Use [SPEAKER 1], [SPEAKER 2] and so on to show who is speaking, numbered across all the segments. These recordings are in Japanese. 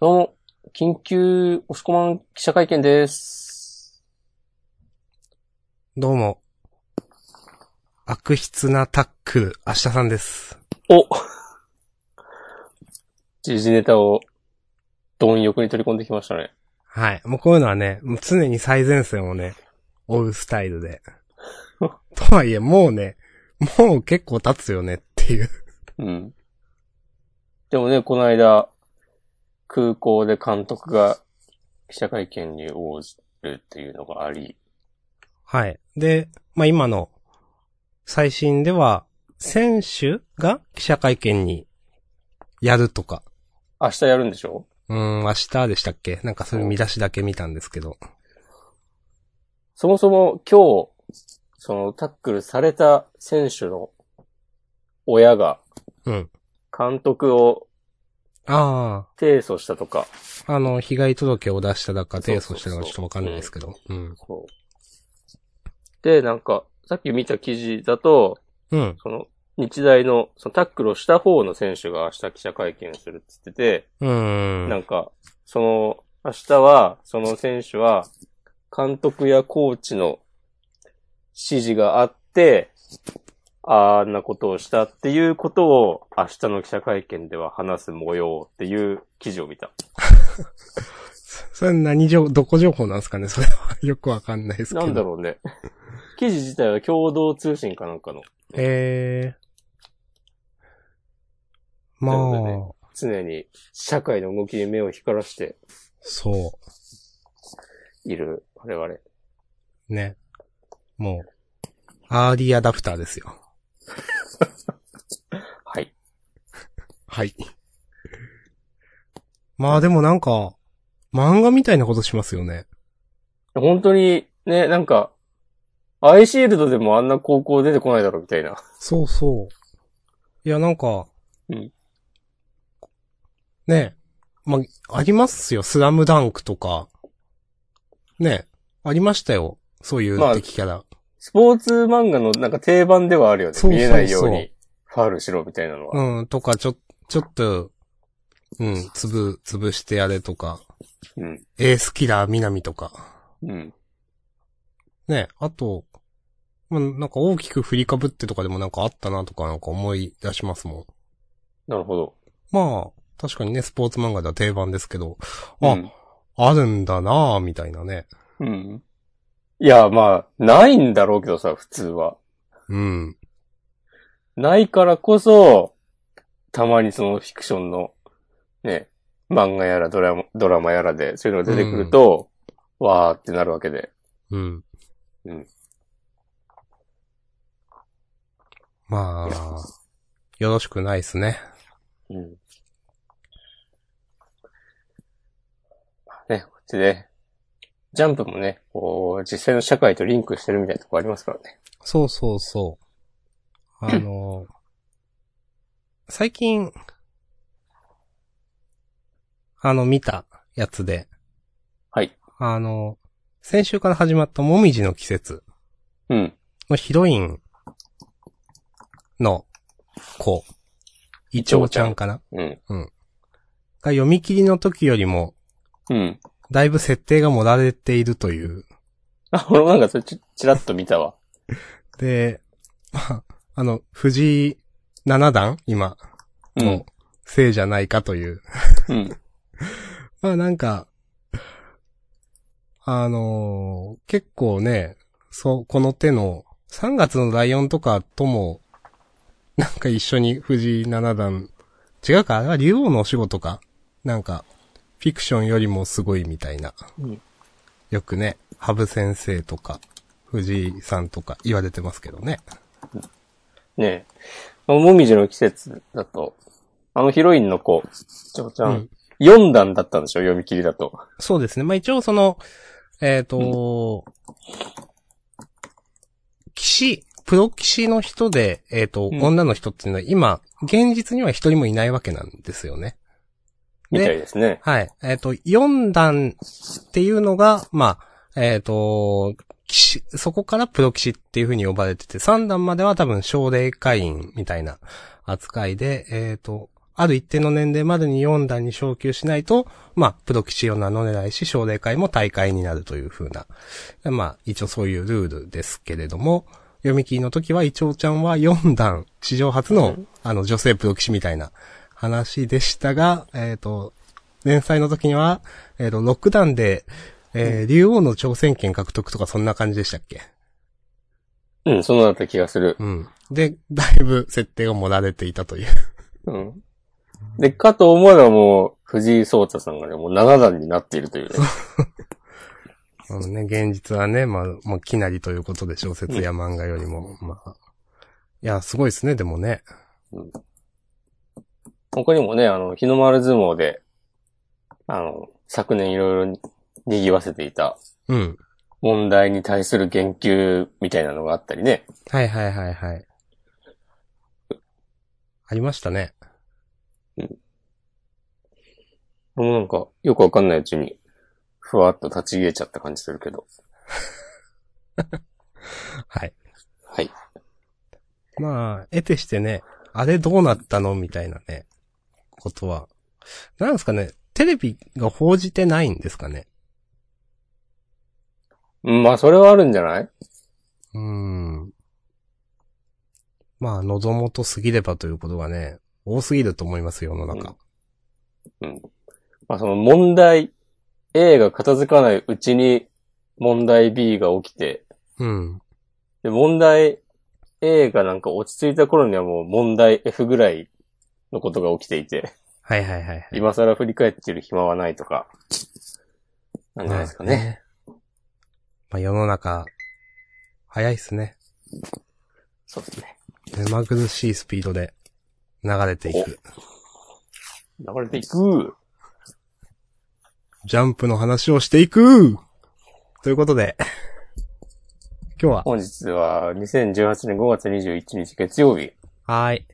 [SPEAKER 1] どうも、緊急押し込まん記者会見です。
[SPEAKER 2] どうも。悪質なタックル、明日さんです。
[SPEAKER 1] お 時事ネタを、貪欲に取り込んできましたね。
[SPEAKER 2] はい。もうこういうのはね、もう常に最前線をね、追うスタイルで。とはいえ、もうね、もう結構経つよねっていう。
[SPEAKER 1] うん。でもね、この間、空港で監督が記者会見に応じるっていうのがあり、
[SPEAKER 2] はい。で、まあ、今の最新では、選手が記者会見にやるとか。
[SPEAKER 1] 明日やるんでしょ
[SPEAKER 2] うーん、明日でしたっけなんかそういう見出しだけ見たんですけど。
[SPEAKER 1] そもそも今日、そのタックルされた選手の親が
[SPEAKER 2] うん。
[SPEAKER 1] 監督を
[SPEAKER 2] あ
[SPEAKER 1] 提訴したとか、
[SPEAKER 2] あ、あの、被害届を出しただか提訴しただかちょっとわかんないですけど。うん。
[SPEAKER 1] そう。で、なんか、さっき見た記事だと、
[SPEAKER 2] うん。
[SPEAKER 1] その、日大の、そのタックルをした方の選手が明日記者会見するって言って
[SPEAKER 2] う
[SPEAKER 1] て、
[SPEAKER 2] ー。
[SPEAKER 1] なんんか、その、明日は、その選手は、監督やコーチの指示があって、あんなことをしたっていうことを明日の記者会見では話す模様っていう記事を見た。
[SPEAKER 2] それ何情、どこ情報なんですかね それはよくわかんないですけど。
[SPEAKER 1] なんだ
[SPEAKER 2] う。
[SPEAKER 1] ろうね。記事自体は共同通信かなんかの
[SPEAKER 2] えー。ま
[SPEAKER 1] ということでね常
[SPEAKER 2] あ、
[SPEAKER 1] に社会の動きに目を光らして
[SPEAKER 2] そ
[SPEAKER 1] いる我々。
[SPEAKER 2] う。ね。もう、アーリーアダプターですよ。
[SPEAKER 1] はい。
[SPEAKER 2] はい。まあでもなんか、漫画みたいなことしますよね。
[SPEAKER 1] 本当にね、なんか、アイシールドでもあんな高校出てこないだろうみたいな。
[SPEAKER 2] そうそう。いや、なんか、
[SPEAKER 1] うん
[SPEAKER 2] ねえ、まあ、ありますよ、スラムダンクとか。ねえ、ありましたよ、そうい
[SPEAKER 1] まあ
[SPEAKER 2] う敵キャラ。
[SPEAKER 1] スポーツ漫画のなんか定番ではあるよね。
[SPEAKER 2] そうそうそう
[SPEAKER 1] 見えないようにファールしろみたいなのは。
[SPEAKER 2] うん、とか、ちょ、ちょっと、うん、潰、潰してやれとか、
[SPEAKER 1] うん。
[SPEAKER 2] エースキラー南とか。
[SPEAKER 1] うん。
[SPEAKER 2] ねえ、あと、まあ、なんか大きく振りかぶってとかでもなんかあったなとかなんか思い出しますもん。
[SPEAKER 1] なるほど。
[SPEAKER 2] まあ、確かにね、スポーツ漫画では定番ですけど、あ、
[SPEAKER 1] うん。
[SPEAKER 2] あるんだなぁ、みたいなね。
[SPEAKER 1] うん。いや、まあ、ないんだろうけどさ、普通は。
[SPEAKER 2] うん。
[SPEAKER 1] ないからこそ、たまにそのフィクションの、ね、漫画やらドラマドラマやらで、そういうのが出てくると、わーってなるわけで。
[SPEAKER 2] うん。
[SPEAKER 1] うん。
[SPEAKER 2] まあ、よろしくないですね。
[SPEAKER 1] うん。ね、こっちで、ジャンプもね、こう、実際の社会とリンクしてるみたいなとこありますからね。
[SPEAKER 2] そうそうそう。あの、最近、あの、見たやつで、
[SPEAKER 1] はい。
[SPEAKER 2] あの、先週から始まったもみじの季節
[SPEAKER 1] うん。
[SPEAKER 2] のヒロインの子、イチョウちゃんかな
[SPEAKER 1] うん。
[SPEAKER 2] が読み切りの時よりも、
[SPEAKER 1] うん。
[SPEAKER 2] だいぶ設定が盛られているという。
[SPEAKER 1] あ、俺もなんかそれち、ちらっと見たわ。
[SPEAKER 2] で、 まあ、あの、藤井七段今
[SPEAKER 1] う
[SPEAKER 2] の
[SPEAKER 1] ん。
[SPEAKER 2] せいじゃないかという。
[SPEAKER 1] うん。
[SPEAKER 2] まあなんか、あのー結構ね、そう、この手の、3月のライオンとかとも、なんか一緒に藤井七段、違うかあれは竜王のお仕事かなんか、フィクションよりもすごいみたいな。
[SPEAKER 1] うん
[SPEAKER 2] よくね、羽生先生とか、藤井さんとか言われてますけどね。
[SPEAKER 1] ねえ。まあもみじの季節だと、あのヒロインの子、イチョウちゃ
[SPEAKER 2] うん
[SPEAKER 1] ん、4段だったんでしょ読み切りだと。
[SPEAKER 2] そうですね。まあ一応その、えっ、と、騎士、プロ騎士の人で、えっ、と、
[SPEAKER 1] うん
[SPEAKER 2] 女の人っていうのは今、現実には一人もいないわけなんですよね。
[SPEAKER 1] みたい
[SPEAKER 2] で、
[SPEAKER 1] ですね。
[SPEAKER 2] はい。えっ、と、4段っていうのが、まあ、えっ、と、騎士、そこからプロ騎士っていう風に呼ばれてて、3段までは多分奨励会員みたいな扱いで、えっ、と、ある一定の年齢までに4段に昇級しないと、まあ、プロ棋士を名乗れないし、奨励会も大会になるというふうな、まあ、一応そういうルールですけれども、読み切りの時は、イチョウちゃんは4段、史上初の、あの、女性プロ棋士みたいな話でしたが、えっ、と、連載の時には、えっ、と、6段で、えー竜王の挑戦権獲得とかそんな感じでしたっけ
[SPEAKER 1] うん、そのだった気がする。
[SPEAKER 2] うん。で、だいぶ設定を盛られていたという。
[SPEAKER 1] うん。で、かと思えばもう、藤井聡太さんがね、もう7段になっているというね。
[SPEAKER 2] あのね、現実はね、まあ、もうきなりということで小説や漫画よりも、まあ。いや、すごいですね、でもね。
[SPEAKER 1] 他にもね、あの、日の丸相撲で、あの、昨年いろいろ賑わせていた
[SPEAKER 2] うん。
[SPEAKER 1] 問題に対する言及みたいなのがあったりね。
[SPEAKER 2] はいはいはいはい。ありましたね。
[SPEAKER 1] もうなんか、よくわかんないうちに、ふわっと立ち消えちゃった感じするけど。
[SPEAKER 2] はい。
[SPEAKER 1] はい。
[SPEAKER 2] まあ、得てしてね、あれどうなったのみたいなね、ことは。なんですかね、テレビが報じてないんですかね。
[SPEAKER 1] うんまあ、それはあるんじゃないう
[SPEAKER 2] ーん。まあ、喉元すぎればということがね、多すぎると思います、世の中。
[SPEAKER 1] まあ、その問題 A が片付かないうちに、問題 B が起きて、
[SPEAKER 2] うん。
[SPEAKER 1] で、問題 A がなんか落ち着いた頃にはもう問題 F ぐらいのことが起きていて、
[SPEAKER 2] はいはいはいはい。
[SPEAKER 1] 今更振り返ってる暇はないとか、なんじゃないですかね。
[SPEAKER 2] まあね。まあ世の中、早いっすね。
[SPEAKER 1] そうですね。
[SPEAKER 2] 目まぐるしいスピードで流れていく。
[SPEAKER 1] 流れていく。
[SPEAKER 2] ジャンプの話をしていくということで、今日は、
[SPEAKER 1] 本日は2018年5月21日月曜日、
[SPEAKER 2] はーい。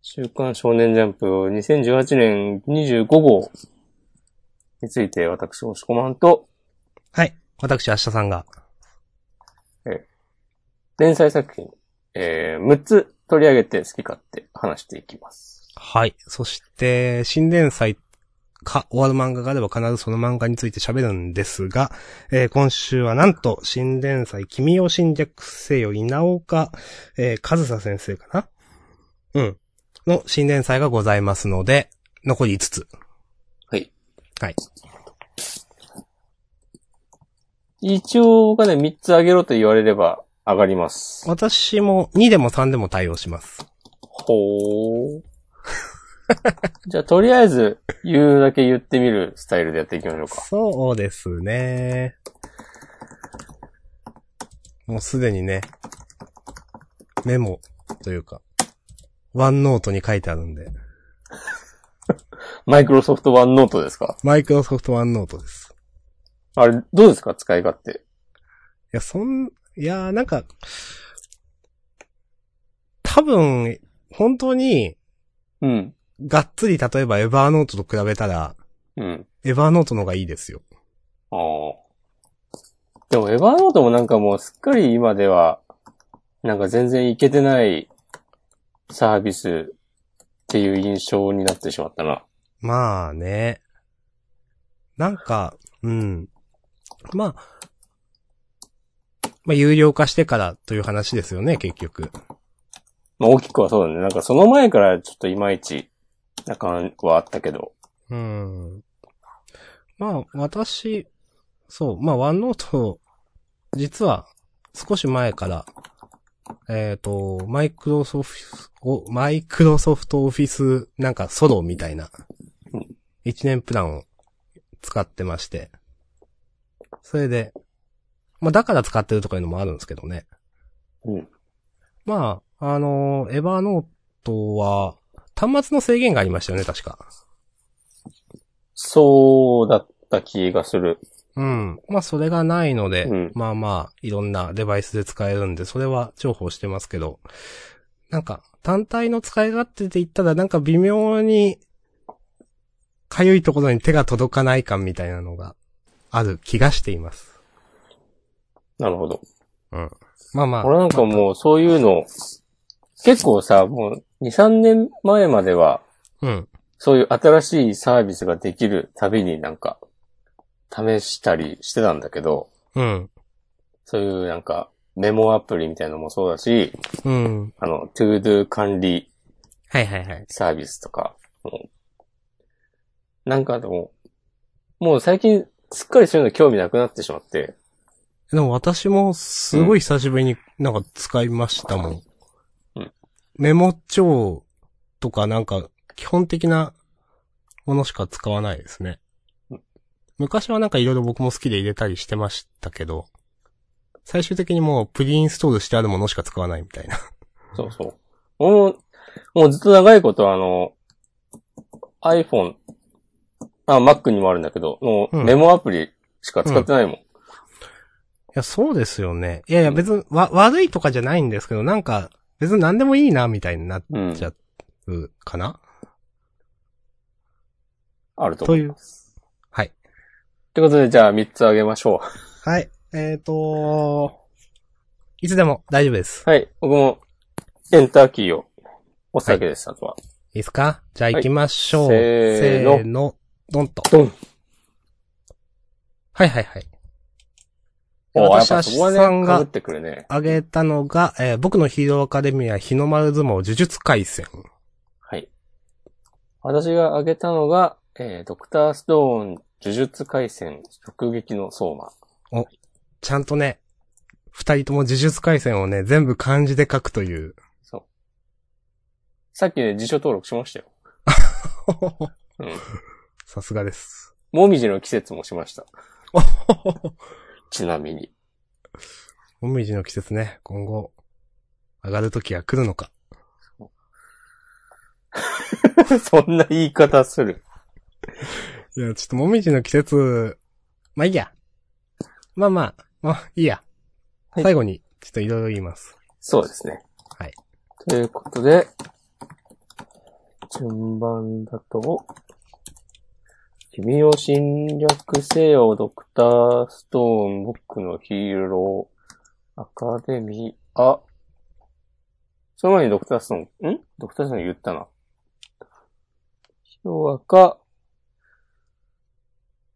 [SPEAKER 1] 週刊少年ジャンプ2018年25号について私、押し込まんと、
[SPEAKER 2] はい。私、明日さんが、
[SPEAKER 1] 連載作品、えー、6つ取り上げて好き勝手話していきます。
[SPEAKER 2] はい。そして、新連載か終わる漫画があれば必ずその漫画について喋るんですが、えー今週はなんと、新連載、君を侵略せよ、稲岡、えー、和佐先生かなうん。の新連載がございますので、残り5つ。
[SPEAKER 1] はい。
[SPEAKER 2] はい。
[SPEAKER 1] 一応がね、3つ上げろと言われれば上がります。
[SPEAKER 2] 私も2でも3でも対応します。
[SPEAKER 1] ほー。 じゃあ、とりあえず、言うだけ言ってみるスタイルでやっていきましょうか。
[SPEAKER 2] そうですね。もうすでにね、メモというか、ワンノートに書いてあるんで、
[SPEAKER 1] マイクロソフトワンノートですか
[SPEAKER 2] マイクロソフトワンノートです。
[SPEAKER 1] あれ、どうですか使い勝手。
[SPEAKER 2] いや、そん、いやー、なんか、多分、本当に、
[SPEAKER 1] うん。
[SPEAKER 2] がっつり例えばエヴァーノートと比べたら、
[SPEAKER 1] うん。
[SPEAKER 2] エヴァーノートの方がいいですよ。
[SPEAKER 1] ああ。でも、エヴァーノートもなんかもうすっかり今では、なんか全然いけてないサービスっていう印象になってしまったな。
[SPEAKER 2] まあね。なんか、うん。まあ、まあ、有料化してからという話ですよね、結局。
[SPEAKER 1] まあ、大きくはそうだね。なんかその前からちょっといまいちな感はあったけど。
[SPEAKER 2] うん。まあ、私、そう、まあ、ワンノート、実は、少し前から、えっ、と、マイクロソフト、マイクロソフトオフィス、なんかソロみたいな
[SPEAKER 1] うん、
[SPEAKER 2] 一年プランを使ってまして、それで、まあ、だから使ってるとかいうのもあるんですけどね。
[SPEAKER 1] うん。
[SPEAKER 2] まあ、あの、エヴァノートは、端末の制限がありましたよね、確か。
[SPEAKER 1] そうだった気がする。
[SPEAKER 2] うん。まあ、それがないので、
[SPEAKER 1] うん
[SPEAKER 2] まあまあ、いろんなデバイスで使えるんで、それは重宝してますけど、なんか、単体の使い勝手で言ったら、なんか微妙に、かゆいところに手が届かない感みたいなのがある気がしています。
[SPEAKER 1] なるほど。
[SPEAKER 2] まあまあ、
[SPEAKER 1] 俺なんかもうそういうの、結構さ、もう2、3年前までは、
[SPEAKER 2] うん。
[SPEAKER 1] そういう新しいサービスができるたびになんか、試したりしてたんだけど、
[SPEAKER 2] うん。
[SPEAKER 1] そういうなんか、メモアプリみたいなのもそうだし、
[SPEAKER 2] うん。
[SPEAKER 1] あの、トゥードゥ管理
[SPEAKER 2] はいはいはい。
[SPEAKER 1] サービスとか、もうなんかでも、もう最近、すっかりそういうの興味なくなってしまって、
[SPEAKER 2] でも私もすごい久しぶりになんか使いましたもん。
[SPEAKER 1] うん
[SPEAKER 2] メモ帳とかなんか基本的なものしか使わないですね。昔はなんかいろいろ僕も好きで入れたりしてましたけど、最終的にもうプリインストールしてあるものしか使わないみた いな。
[SPEAKER 1] そうそう。もう、もうずっと長いことあの、iPhone、あ、Mac にもあるんだけど、もう
[SPEAKER 2] うん
[SPEAKER 1] メモアプリしか使ってないもん。
[SPEAKER 2] いや、そうですよね。いやいや、別に、わ、悪いとかじゃないんですけど、なんか、別に何でもいいな、みたいになっ
[SPEAKER 1] うん。
[SPEAKER 2] ちゃうかな、
[SPEAKER 1] あると
[SPEAKER 2] と
[SPEAKER 1] 思う。
[SPEAKER 2] いう。はい。
[SPEAKER 1] ということで、じゃあ3つあげましょ
[SPEAKER 2] はい。えっ、といつでも大丈夫です。
[SPEAKER 1] う。はい。僕も、エンターキーを押すだけです、あとは。
[SPEAKER 2] いいですかじゃあ行きましょ
[SPEAKER 1] はい
[SPEAKER 2] う。
[SPEAKER 1] せーの
[SPEAKER 2] せーの、ドンと。
[SPEAKER 1] ドン
[SPEAKER 2] はいはいはい。
[SPEAKER 1] おーやっ
[SPEAKER 2] 私
[SPEAKER 1] ぱ
[SPEAKER 2] は
[SPEAKER 1] そこは
[SPEAKER 2] 足さん
[SPEAKER 1] ね、かぶっ
[SPEAKER 2] が
[SPEAKER 1] てくるね。
[SPEAKER 2] 挙げたのが、えー僕のヒーローアカデミア、日の丸相撲、呪術回戦。
[SPEAKER 1] はい。私が挙げたのが、えー、ドクターストーン、呪術回戦、直撃の相馬。
[SPEAKER 2] ちゃんとね、二人とも呪術回戦をね、全部漢字で書くという。
[SPEAKER 1] そう。さっきね、辞書登録しましたよ。うん。
[SPEAKER 2] さすがです。
[SPEAKER 1] もみじの季節もしました。ちなみに。
[SPEAKER 2] もみじの季節ね、今後、上がる時は来るのか。
[SPEAKER 1] そんな言い方する。
[SPEAKER 2] いや、ちょっともみじの季節、まあいいや。まあまあ、まあいいや。
[SPEAKER 1] はい
[SPEAKER 2] 最後に、ちょっといろいろ言います。
[SPEAKER 1] そうですね。
[SPEAKER 2] はい。
[SPEAKER 1] ということで、順番だと、君を侵略せよ、ドクターストーン、僕のヒーロー、アカデミー、あ、その前にドクターストーン、んドクターストーン言ったな。ヒロアカ、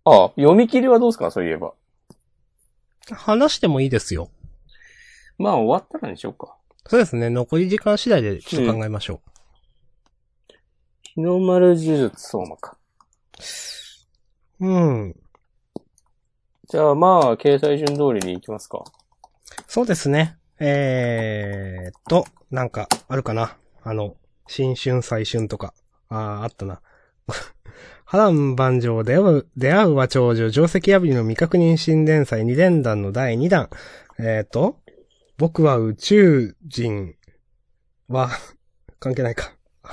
[SPEAKER 1] あ、読み切りはどうですかそういえば。
[SPEAKER 2] 話してもいいですよ。
[SPEAKER 1] まあ終わったらにしようか。
[SPEAKER 2] そうですね、残り時間次第でちょっと考えましょう。
[SPEAKER 1] 日の丸呪術相馬か。
[SPEAKER 2] うん。
[SPEAKER 1] じゃあまあ、掲載順通りに行きますか。
[SPEAKER 2] そうですね。えーっと、なんか、あるかな。あの、新春最春とか。あー、あったな。 波乱万丈、出会う、出会うは長寿、定石破りの未確認新連載二連弾の第二弾。えーっと、僕は宇宙人は、 関係ないか。 えー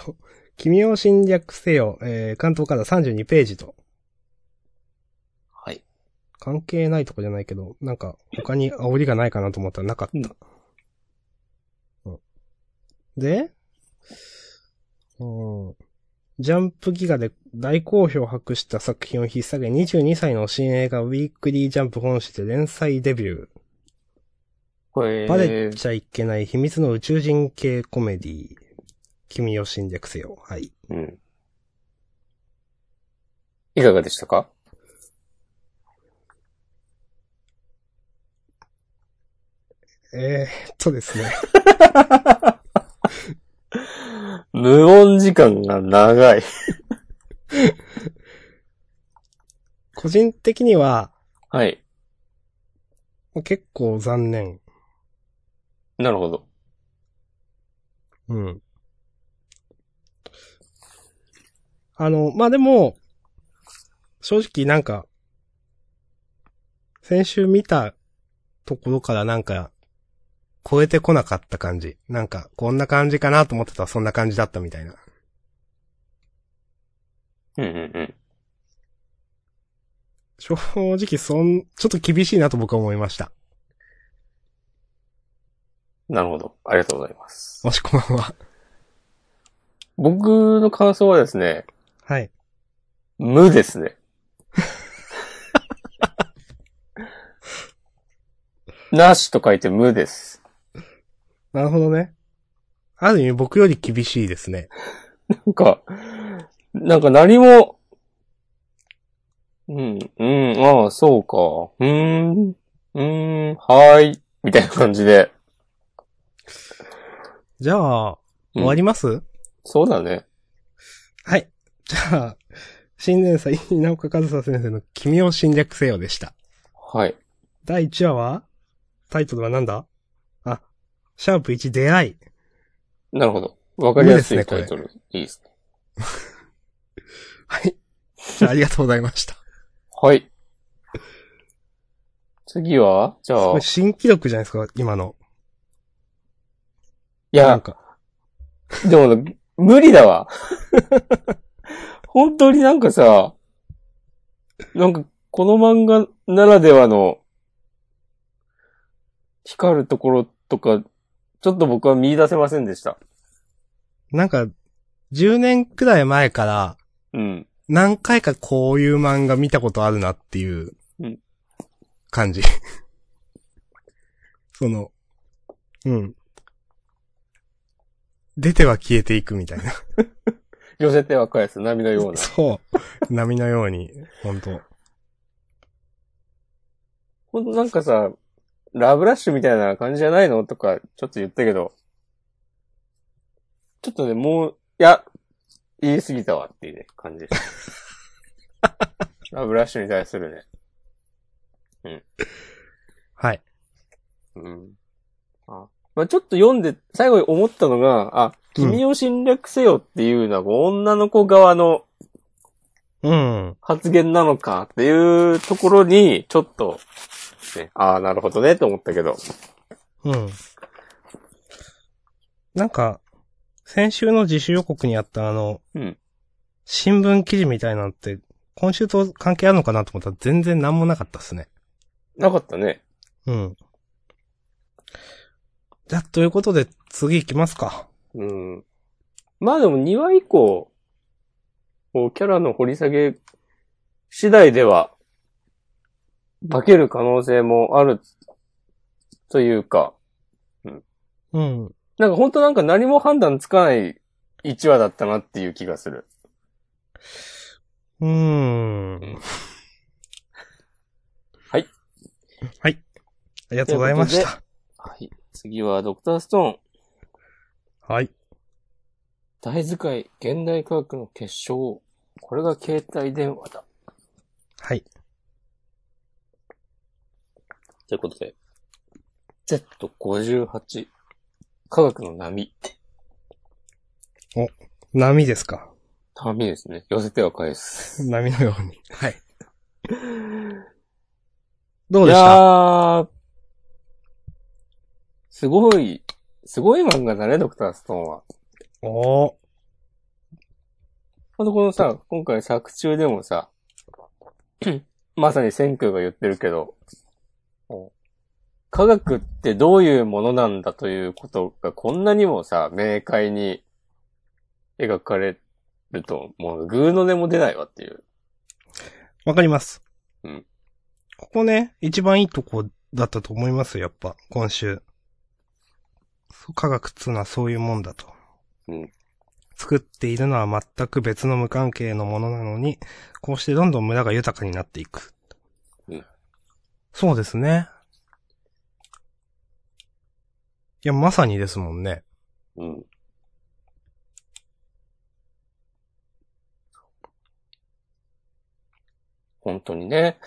[SPEAKER 2] っと、君を侵略せよ、えー、関東から32ページと。
[SPEAKER 1] はい。
[SPEAKER 2] 関係ないとかじゃないけど、なんか他に煽りがないかなと思ったらなかった。うんで、うん、ジャンプギガで大好評を博した作品を引っ提げ22歳の新映画ウィークリージャンプ本誌で連載デビュー。
[SPEAKER 1] これ、
[SPEAKER 2] バレちゃいけない秘密の宇宙人系コメディ君を侵略せよ。はい。
[SPEAKER 1] うん。いかがでしたか
[SPEAKER 2] えー、っとですね。
[SPEAKER 1] 無音時間が長い。
[SPEAKER 2] 個人的には
[SPEAKER 1] はい。
[SPEAKER 2] 結構残念。
[SPEAKER 1] なるほど。
[SPEAKER 2] うん。あの、まあ、でも、正直なんか、先週見たところからなんか、超えてこなかった感じ。なんか、こんな感じかなと思ってたらそんな感じだったみたいな。
[SPEAKER 1] うんうんうん。
[SPEAKER 2] 正直、そん、ちょっと厳しいなと僕は思いました。
[SPEAKER 1] なるほど。ありがとうございます。
[SPEAKER 2] もしこんばんは。
[SPEAKER 1] 僕の感想はですね、
[SPEAKER 2] はい。
[SPEAKER 1] 無です ね。なしと書いて無です。
[SPEAKER 2] なるほどね。ある意味僕より厳しいですね。
[SPEAKER 1] なんか、なんか何も、うん、うん、ああ、そうか。うーん、うーん、はーい、みたいな感じで。
[SPEAKER 2] じゃ
[SPEAKER 1] う
[SPEAKER 2] あ、
[SPEAKER 1] ん
[SPEAKER 2] 終わります、
[SPEAKER 1] そうだね。
[SPEAKER 2] はい。じゃあ、新年祭、稲岡和沙先生の君を侵略せよでした。
[SPEAKER 1] はい。
[SPEAKER 2] 第1話はタイトルはなんだあ、シャープ1出会い。
[SPEAKER 1] なるほど。わかりやす
[SPEAKER 2] いい
[SPEAKER 1] い
[SPEAKER 2] ですね
[SPEAKER 1] タイトル。いいですね。
[SPEAKER 2] はい。じゃあ、ありがとうございました。
[SPEAKER 1] はい。次はじゃあ
[SPEAKER 2] これ、新記録じゃないですか、今の。
[SPEAKER 1] い
[SPEAKER 2] なん
[SPEAKER 1] や、
[SPEAKER 2] か、
[SPEAKER 1] でも、無理だわ。 本当になんかさ、なんか、この漫画ならではの、光るところとか、ちょっと僕は見出せませんでした。
[SPEAKER 2] なんか、10年くらい前から、
[SPEAKER 1] うん。
[SPEAKER 2] 何回かこういう漫画見たことあるなっていう
[SPEAKER 1] うん、
[SPEAKER 2] 感じ。 その、うん。出ては消えていくみたいな。
[SPEAKER 1] 寄せては返す波のよう な。
[SPEAKER 2] そう。波のように、本当
[SPEAKER 1] ほんとなんかさ、ラブラッシュみたいな感じじゃないのとか、ちょっと言ったけど、ちょっとね、もう、いや、言い過ぎたわっていうね、感じ。 ラブラッシュに対するね。
[SPEAKER 2] はい。
[SPEAKER 1] うん。あ、まあ、ちょっと読んで、最後に思ったのが、あ、
[SPEAKER 2] うん
[SPEAKER 1] 君を侵略せよっていうのは、こう女の子側の
[SPEAKER 2] うん。
[SPEAKER 1] 発言なのかっていうところに、ちょっと、ね、ああ、なるほどね、と思ったけど。
[SPEAKER 2] うん。なんか、先週の自主予告にあったあの、
[SPEAKER 1] うん
[SPEAKER 2] 新聞記事みたいなのって、今週と関係あるのかなと思ったら全然なんもなかったっすね。
[SPEAKER 1] なかったね。
[SPEAKER 2] うん。じゃあ、ということで、次行きますか。
[SPEAKER 1] うん。まあでも2話以降、こうキャラの掘り下げ次第では、化ける可能性もある、というか、
[SPEAKER 2] うん。
[SPEAKER 1] なんか本当なんか何も判断つかない1話だったなっていう気がする。
[SPEAKER 2] うーん。
[SPEAKER 1] はい。
[SPEAKER 2] はい。ありがとうございまし
[SPEAKER 1] という
[SPEAKER 2] た。
[SPEAKER 1] はい。次はドクターストーン。
[SPEAKER 2] はい。
[SPEAKER 1] 大図解現代科学の結晶。これが携帯電話だ。
[SPEAKER 2] はい。
[SPEAKER 1] ということで。Z58。科学の波。
[SPEAKER 2] 波ですか。
[SPEAKER 1] 波ですね。寄せては返す。
[SPEAKER 2] 波のように。はい。どう
[SPEAKER 1] い
[SPEAKER 2] でし
[SPEAKER 1] や
[SPEAKER 2] た
[SPEAKER 1] ーすごい、すごい漫画だね、ドクターストーンは。
[SPEAKER 2] おー。
[SPEAKER 1] ほんとこのさ、今回作中でもさ、まさに千空が言ってるけど、こう科学ってどういうものなんだということがこんなにもさ、明快に描かれると、もうグーの音も出ないわっていう。
[SPEAKER 2] わかります。
[SPEAKER 1] うん
[SPEAKER 2] ここね、一番いいとこだったと思いますよ、やっぱ、今週。そう科学っつうのはそういうもんだと。
[SPEAKER 1] うん
[SPEAKER 2] 作っているのは全く別の無関係のものなのに、こうしてどんどん村が豊かになっていく。
[SPEAKER 1] うん
[SPEAKER 2] そうですね。いや、まさにですもんね。
[SPEAKER 1] うん。本当に ね。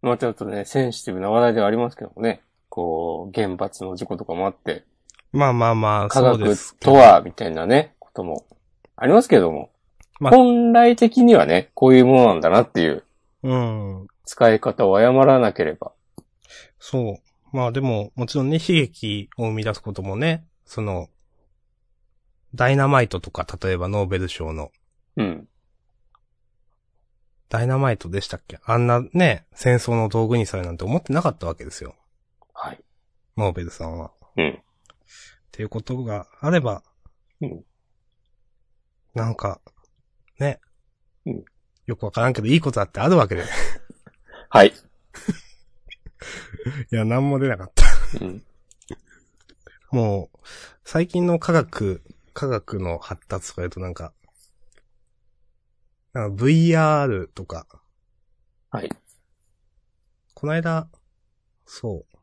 [SPEAKER 1] まあちょっとね、センシティブな話題ではありますけどもね。こう、原発の事故とかもあって、
[SPEAKER 2] まあまあまあ、
[SPEAKER 1] 科
[SPEAKER 2] そうで
[SPEAKER 1] 学
[SPEAKER 2] すけ
[SPEAKER 1] と
[SPEAKER 2] ど。
[SPEAKER 1] は、みたいなね、こともありますけども。
[SPEAKER 2] まあ
[SPEAKER 1] 本来的にはね、こういうものなんだなっていう
[SPEAKER 2] うん。
[SPEAKER 1] 使い方を誤らなければ。
[SPEAKER 2] そう。まあでも、もちろんね、悲劇を生み出すこともね、その、ダイナマイトとか、例えばノーベル賞の、
[SPEAKER 1] うん。
[SPEAKER 2] ダイナマイトでしたっけあんなね、戦争の道具にされるなんて思ってなかったわけですよ。
[SPEAKER 1] はい。
[SPEAKER 2] ノーベルさんは。
[SPEAKER 1] うん。
[SPEAKER 2] っていうことがあれば、
[SPEAKER 1] うん
[SPEAKER 2] なんか、ね、
[SPEAKER 1] うん
[SPEAKER 2] よくわからんけど、いいことだってあるわけで。
[SPEAKER 1] はい。
[SPEAKER 2] いや、なんも出なかった。
[SPEAKER 1] うん。
[SPEAKER 2] もう、最近の科学、科学の発達とか言うとなんか、なんか VR とか、
[SPEAKER 1] はい。
[SPEAKER 2] この間、そう。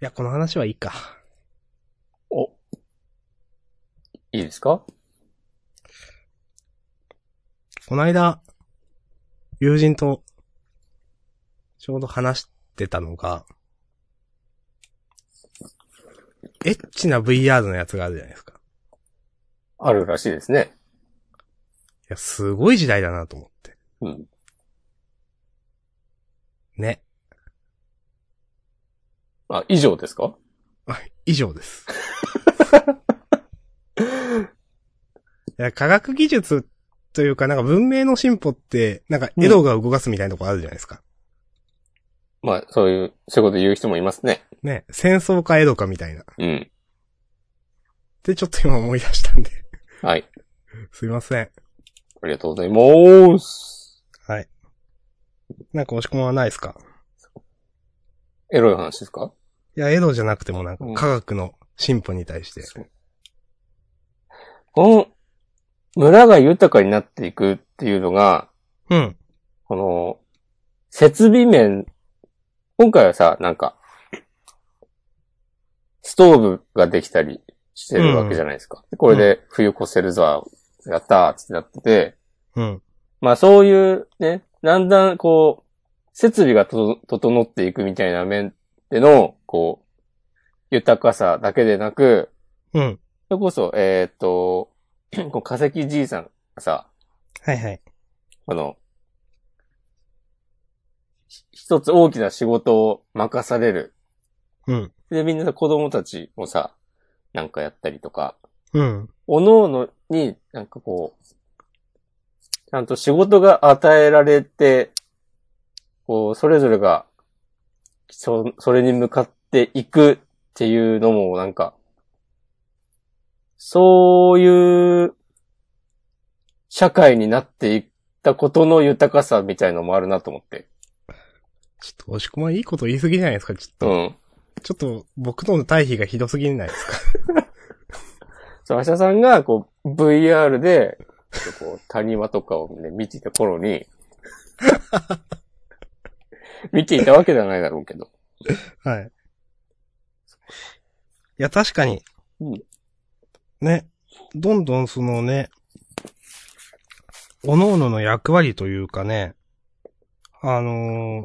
[SPEAKER 2] いや、この話はいいか。
[SPEAKER 1] お。いいですか
[SPEAKER 2] この間、友人と、ちょうど話してたのが、エッチな VR のやつがあるじゃないですか。
[SPEAKER 1] あるらしいですね。
[SPEAKER 2] いや、すごい時代だなと思って。
[SPEAKER 1] うん。
[SPEAKER 2] ね。
[SPEAKER 1] あ、以上ですか
[SPEAKER 2] 以上 です。いや科学技術というか、なんか文明の進歩って、なんかエロが動かすみたいなとこあるじゃないですか。
[SPEAKER 1] まあ、そういう、そういうこと言う人もいますね。
[SPEAKER 2] ね。戦争かエロかみたいな。っ
[SPEAKER 1] うん。
[SPEAKER 2] てちょっと今思い出したんで。
[SPEAKER 1] はい。
[SPEAKER 2] すいません。
[SPEAKER 1] ありがとうございます。
[SPEAKER 2] はい。なんか押し込まはないですか
[SPEAKER 1] エロい話ですか
[SPEAKER 2] いや、エロじゃなくてもなんか
[SPEAKER 1] うん
[SPEAKER 2] 科学の進歩に対して。
[SPEAKER 1] この、村が豊かになっていくっていうのが、
[SPEAKER 2] うん。
[SPEAKER 1] この、設備面、今回はさ、なんか、ストーブができたりしてるわけじゃないですか。でこれで冬越せるぞ、やったーっつってなってて、
[SPEAKER 2] うん。
[SPEAKER 1] まあそういうね、だんだんこう、設備がと整っていくみたいな面での、こう、豊かさだけでなく、
[SPEAKER 2] うん。
[SPEAKER 1] それこそ、えーっと、 こう化石じいさんがさ、
[SPEAKER 2] はいはい。
[SPEAKER 1] あの、ひ一つ大きな仕事を任される。
[SPEAKER 2] うん。
[SPEAKER 1] で、みんなさ子供たちもさ、なんかやったりとか、
[SPEAKER 2] うん。
[SPEAKER 1] おののになんかこう、ちゃんと仕事が与えられて、こう、それぞれが、そ、それに向かっていくっていうのもなんか、そういう社会になっていったことの豊かさみたいのもあるなと思って。
[SPEAKER 2] ちょっと押し込まいいこと言いすぎじゃないですか、ちょっ
[SPEAKER 1] う
[SPEAKER 2] と。
[SPEAKER 1] ん。
[SPEAKER 2] ちょっと僕との対比がひどすぎないですか。
[SPEAKER 1] そう、アシャさんが、こう、VR で、ちょっとこう、谷間とかをね、見ていた頃に、 見ていたわけではないだろうけど。
[SPEAKER 2] はい。いや、確かに
[SPEAKER 1] うん。
[SPEAKER 2] ね。どんどんそのね、各々の役割というかね、あのー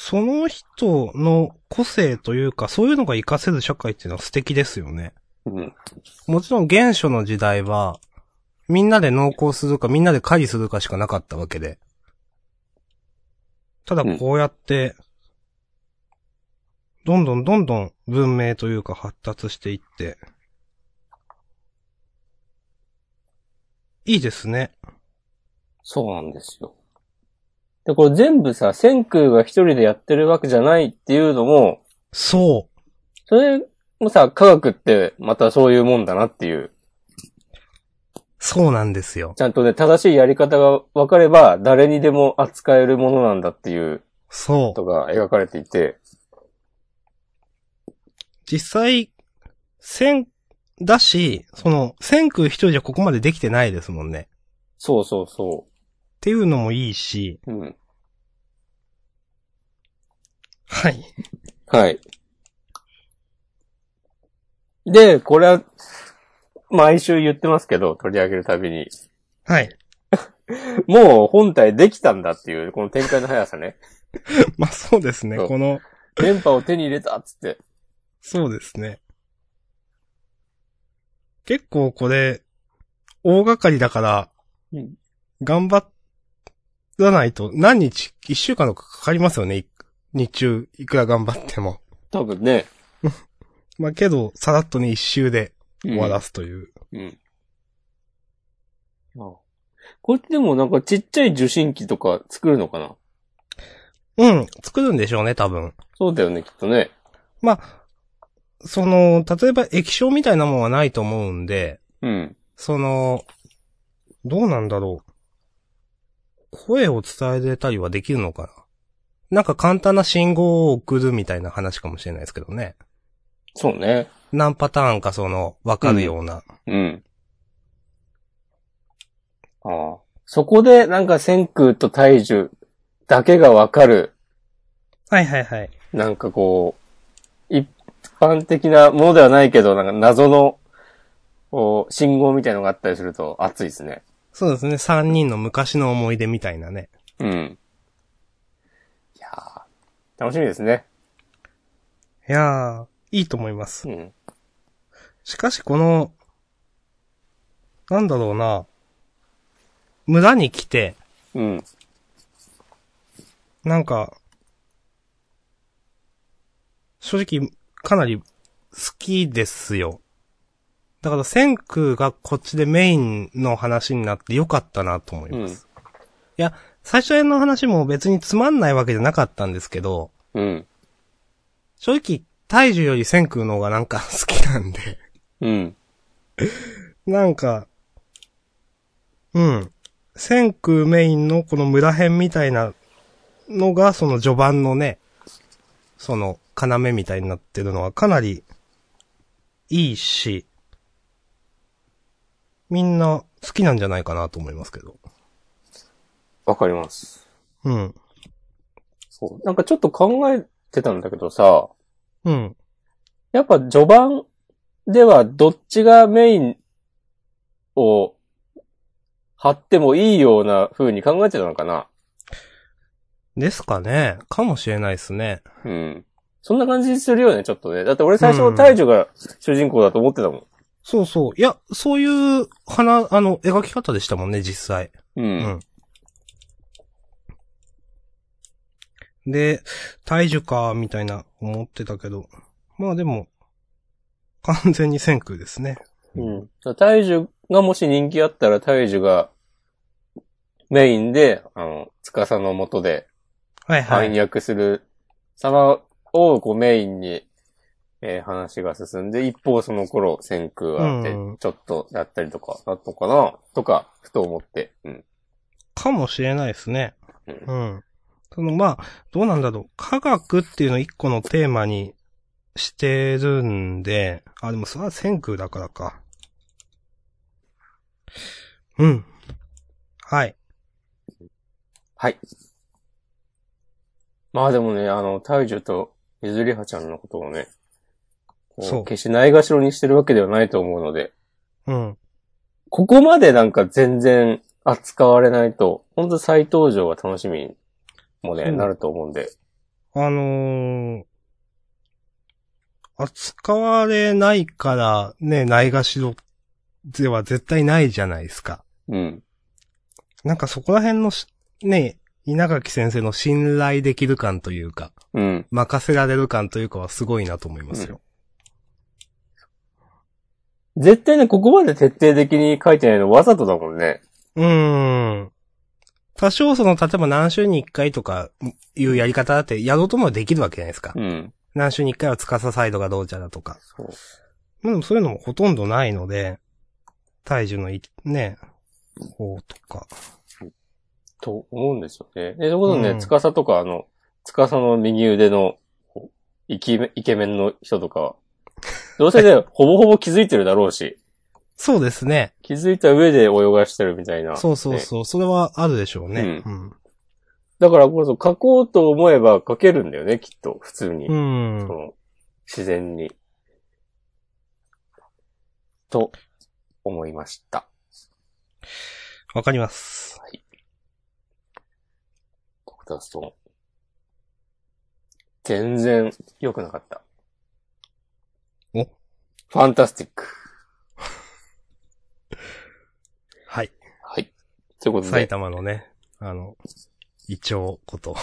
[SPEAKER 2] その人の個性というか、そういうのが活かせる社会っていうのは素敵ですよね。
[SPEAKER 1] うん。
[SPEAKER 2] もちろん原初の時代は、みんなで農耕するかみんなで狩りするかしかなかったわけで。ただこうやって、どんどんどんどん文明というか発達していって、いいですね。
[SPEAKER 1] そうなんですよ。で、これ全部さ、千空が一人でやってるわけじゃないっていうのも、
[SPEAKER 2] そ
[SPEAKER 1] それもさ、科学ってまたそういうもんだなっていう。
[SPEAKER 2] う。そうなんですよ。
[SPEAKER 1] ちゃんとね、正しいやり方が分かれば、誰にでも扱えるものなんだっていう
[SPEAKER 2] そ
[SPEAKER 1] こ
[SPEAKER 2] う。
[SPEAKER 1] とが描かれていて、
[SPEAKER 2] 実際、千、だし、その、千空一人じゃここまでできてないですもんね。
[SPEAKER 1] そうそうそ
[SPEAKER 2] っていうのもいいし、
[SPEAKER 1] う。うん。
[SPEAKER 2] はい。
[SPEAKER 1] はい。で、これは、毎週言ってますけど、取り上げるたびに。
[SPEAKER 2] はい。
[SPEAKER 1] もう本体できたんだっていう、この展開の速さね。
[SPEAKER 2] まあそうですね。
[SPEAKER 1] そう
[SPEAKER 2] この、
[SPEAKER 1] 電波を手に入れたっつって。
[SPEAKER 2] そうですね。結構これ、大掛かりだから
[SPEAKER 1] うん、
[SPEAKER 2] 頑張らないと、何日、一週間とかかかりますよね。い日中、いくら頑張っても。
[SPEAKER 1] 多分ね。
[SPEAKER 2] まあけど、さらっとね、一周で終わらすという。
[SPEAKER 1] うん。うん。あこれってでもなんかちっちゃい受信機とか作るのかな
[SPEAKER 2] うん、作るんでしょうね、多分。
[SPEAKER 1] そうだよね、きっとね。
[SPEAKER 2] まあ、その、例えば液晶みたいなもんはないと思うんで、
[SPEAKER 1] うん。
[SPEAKER 2] その、どうなんだろう。声を伝えれたりはできるのかななんか簡単な信号を送るみたいな話かもしれないですけどね。
[SPEAKER 1] そうね。
[SPEAKER 2] 何パターンかその、わかるような。
[SPEAKER 1] うん。ああ。そこで、なんか、千空と大樹だけがわかる、
[SPEAKER 2] はいはいはい。
[SPEAKER 1] なんかこう、一般的なものではないけど、なんか謎の、こう信号みたいのがあったりすると熱いですね。
[SPEAKER 2] そうですね。三人の昔の思い出みたいなね。
[SPEAKER 1] うん。いやー楽しみですね。
[SPEAKER 2] いやー、いいと思います
[SPEAKER 1] う。ん。
[SPEAKER 2] しかしこの、なんだろうな、村に来て、
[SPEAKER 1] うん。
[SPEAKER 2] なんか、正直、かなり好きですよ。だから、千空がこっちでメインの話になってよかったなと思います。いや、最初の話も別につまんないわけじゃなかったんですけど、
[SPEAKER 1] うん。
[SPEAKER 2] 正直、大樹より千空の方がなんか好きなんで、
[SPEAKER 1] うん。
[SPEAKER 2] なんか、うん。千空メインのこの村編みたいなのが、その序盤のね、その、要みたいになってるのはかなり、いいし、みんな好きなんじゃないかなと思いますけど。
[SPEAKER 1] わかります。
[SPEAKER 2] うん。
[SPEAKER 1] そう。なんかちょっと考えてたんだけどさ、
[SPEAKER 2] うん。
[SPEAKER 1] やっぱ序盤ではどっちがメインを張ってもいいような風に考えてたのかな
[SPEAKER 2] ですかね。かもしれないですね。
[SPEAKER 1] うん。そんな感じするよね、ちょっとね。だって俺最初大樹が主人公だと思ってたもん。
[SPEAKER 2] そうそう。いや、そういう、花、あの、描き方でしたもんね、実際。
[SPEAKER 1] う。
[SPEAKER 2] うんん。で、大樹か、みたいな思ってたけど。まあでも、完全に千空ですね。
[SPEAKER 1] うん。だから大樹がもし人気あったら大樹がメインで、あの、司の下で
[SPEAKER 2] はいは
[SPEAKER 1] 暗
[SPEAKER 2] い。
[SPEAKER 1] 躍する様をこうメインに、えー話が進んで、一方その頃、先空はあって
[SPEAKER 2] うん
[SPEAKER 1] ちょっとだったりとか、だったかなとか、ふと思って。うん。
[SPEAKER 2] かもしれないですね。
[SPEAKER 1] う
[SPEAKER 2] うん。その、まあ、どうなんだろう。科学っていうのを一個のテーマにしてるんで、あ、でもそれは千空だからか。うん。はい。
[SPEAKER 1] はい。まあでもね、あの、大樹とゆずりはちゃんのことをね、こ
[SPEAKER 2] そう
[SPEAKER 1] う決してないがしろにしてるわけではないと思うので、
[SPEAKER 2] うん。
[SPEAKER 1] ここまでなんか全然扱われないと、本当再登場が楽しみにもね、
[SPEAKER 2] そう
[SPEAKER 1] なると思うんで。
[SPEAKER 2] あのー、扱われないからね、ないがしろでは絶対ないじゃないですか。
[SPEAKER 1] うん。
[SPEAKER 2] なんかそこら辺のし、ね、稲垣先生の信頼できる感というか、
[SPEAKER 1] うん。
[SPEAKER 2] 任せられる感というかはすごいなと思いますよ。
[SPEAKER 1] 絶対ね、ここまで徹底的に書いてないのわざとだもんね。
[SPEAKER 2] うーん。多少その、例えば何週に一回とかいうやり方だってやろうともできるわけじゃないですか。
[SPEAKER 1] うん。
[SPEAKER 2] 何週に一回は司サイドがどうちゃだとか。
[SPEAKER 1] そう。
[SPEAKER 2] まあでもそういうのもほとんどないので、体重のい、ね、方とか。
[SPEAKER 1] と思うんですよね。で、そこそね、
[SPEAKER 2] うん
[SPEAKER 1] つかさとか、あの、つかさの右腕の、こうイケメン、イケメンの人とかは、どうせ ね、ほぼほぼ気づいてるだろうし、
[SPEAKER 2] そうですね。
[SPEAKER 1] 気づいた上で泳がしてるみたいな。
[SPEAKER 2] そうそう
[SPEAKER 1] ね
[SPEAKER 2] そう。それはあるでしょうね。うん。
[SPEAKER 1] だからこそ書こうと思えば書けるんだよね、きっと、普通に。
[SPEAKER 2] うん。
[SPEAKER 1] その自然に。と、思いました。
[SPEAKER 2] わかります。
[SPEAKER 1] 僕たちと、全然良くなかった。
[SPEAKER 2] お
[SPEAKER 1] ファンタスティック。
[SPEAKER 2] はい。
[SPEAKER 1] はい。ということ
[SPEAKER 2] 埼
[SPEAKER 1] で、
[SPEAKER 2] 玉のね、あの、胃腸こと。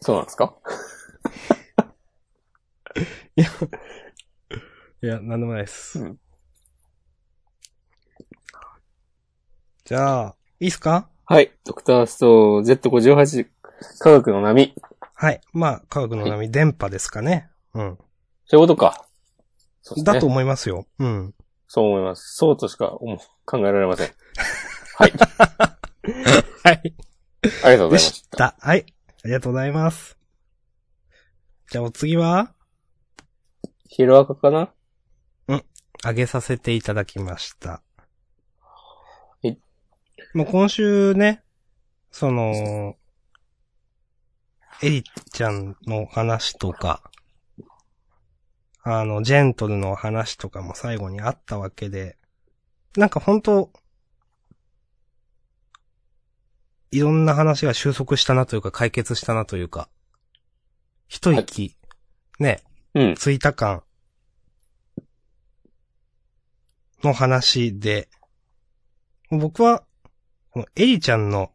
[SPEAKER 1] そうなんですか
[SPEAKER 2] いや、なんでもないです。
[SPEAKER 1] うん
[SPEAKER 2] じゃあ、いいっすか
[SPEAKER 1] はい。ドクターストーン Z58 科学の波。
[SPEAKER 2] はい。まあ、科学の波、電波ですかね。うん。
[SPEAKER 1] そういうことか。そうですね
[SPEAKER 2] だと思いますよ。うん。
[SPEAKER 1] そう思います。そうとしか思う考えられません。はい。
[SPEAKER 2] はい。
[SPEAKER 1] ありがとうございま
[SPEAKER 2] で
[SPEAKER 1] し
[SPEAKER 2] した。はい。ありがとうございます。じゃあお次は、
[SPEAKER 1] ヒロアカかな
[SPEAKER 2] あげさせていただきました。
[SPEAKER 1] い
[SPEAKER 2] もう今週ね、その、エリちゃんの話とか、あの、ジェントルの話とかも最後にあったわけで、なんか本当いろんな話が収束したなというか、解決したなというか、一息、ね、
[SPEAKER 1] うん。
[SPEAKER 2] ついた感の話で、僕は、このエリちゃんの、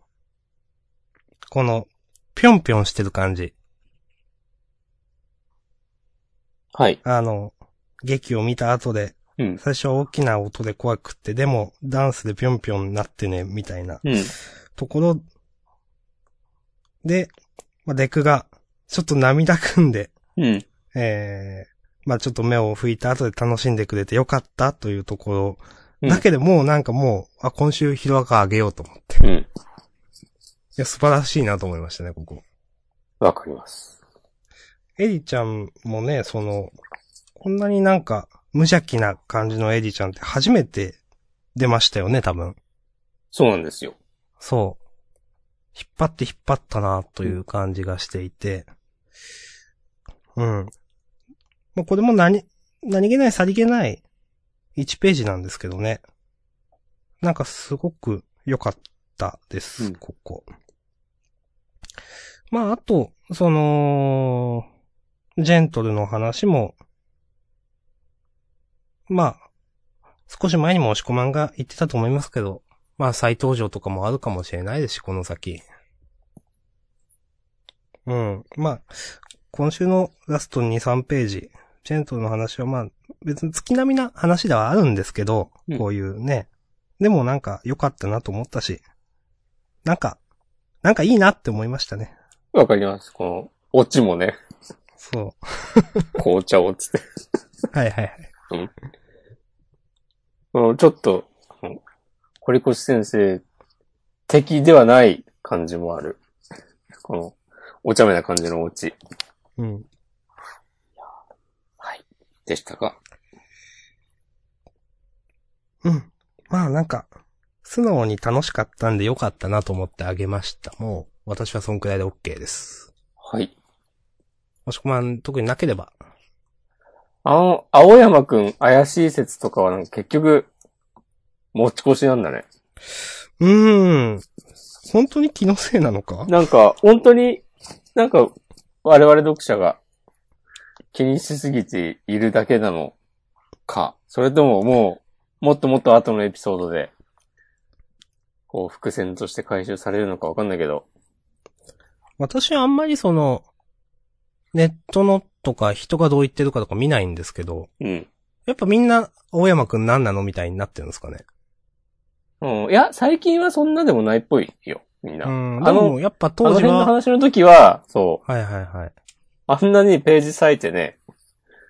[SPEAKER 2] この、ぴょんぴょんしてる感じ。
[SPEAKER 1] はい。
[SPEAKER 2] あの、劇を見た後で、
[SPEAKER 1] うん。
[SPEAKER 2] 最初は大きな音で怖くって、でも、ダンスでぴょんぴょんになってね、みたいな
[SPEAKER 1] うん。
[SPEAKER 2] ところで、まあ、デクが、ちょっと涙ぐんで、
[SPEAKER 1] うん。
[SPEAKER 2] えー、まあちょっと目を拭いた後で楽しんでくれてよかったというとこ
[SPEAKER 1] うん
[SPEAKER 2] ろ、だけでもうなんかもう、あ、今週ヒロアカあげようと思って。
[SPEAKER 1] う
[SPEAKER 2] い
[SPEAKER 1] ん。
[SPEAKER 2] や、素晴らしいなと思いましたね、ここ。
[SPEAKER 1] わかります。
[SPEAKER 2] エリちゃんもね、その、こんなになんか無邪気な感じのエリちゃんって初めて出ましたよね、多分。
[SPEAKER 1] そうなんですよ。
[SPEAKER 2] そう。引っ張って引っ張ったなという感じがしていて。うん。まあ、これも何、何気ないさりげない1ページなんですけどね。なんかすごく良かったです、
[SPEAKER 1] うん
[SPEAKER 2] ここ。まあ、あと、その、ジェントルの話も、まあ、少し前にも押し込まんが言ってたと思いますけど、まあ再登場とかもあるかもしれないですし、この先。うん。まあ、今週のラスト2、3ページ、ジェントルの話はまあ、別に月並みな話ではあるんですけど、
[SPEAKER 1] うん
[SPEAKER 2] こういうね。でもなんか良かったなと思ったし、なんか、なんかいいなって思いましたね。
[SPEAKER 1] わかります。この、オチもね、
[SPEAKER 2] そ
[SPEAKER 1] 紅茶をつって。
[SPEAKER 2] う。 はいはいはい。
[SPEAKER 1] うんちょっと、うん堀越先生、敵ではない感じもある。この、お茶目な感じのオチ
[SPEAKER 2] うん。
[SPEAKER 1] でしたが。
[SPEAKER 2] うん。まあなんか、素直に楽しかったんで良かったなと思ってあげました。もう、私はそんくらいで OK です。
[SPEAKER 1] はい。
[SPEAKER 2] もしくは、特になければ。
[SPEAKER 1] あの、青山くん怪しい説とかはなんか結局、持ち越しなんだね。
[SPEAKER 2] うーん。本当に気のせいなのか
[SPEAKER 1] なんか、本当に、なんか、我々読者が気にしすぎているだけなのか、それとももう、もっともっと後のエピソードで、こう、伏線として回収されるのかわかんないけど、
[SPEAKER 2] 私はあんまりその、ネットのとか人がどう言ってるかとか見ないんですけど、
[SPEAKER 1] うん。
[SPEAKER 2] やっぱみんな、大山くん何なのみたいになってるんですかね。
[SPEAKER 1] うん、いや、最近はそんなでもないっぽいよ、みんな。
[SPEAKER 2] う
[SPEAKER 1] あ
[SPEAKER 2] ん。で
[SPEAKER 1] の
[SPEAKER 2] も、、やっぱ
[SPEAKER 1] あの
[SPEAKER 2] 当時
[SPEAKER 1] 辺の
[SPEAKER 2] は、
[SPEAKER 1] 話の時は、そう、
[SPEAKER 2] はいはいはい。
[SPEAKER 1] あんなにページ割いてね、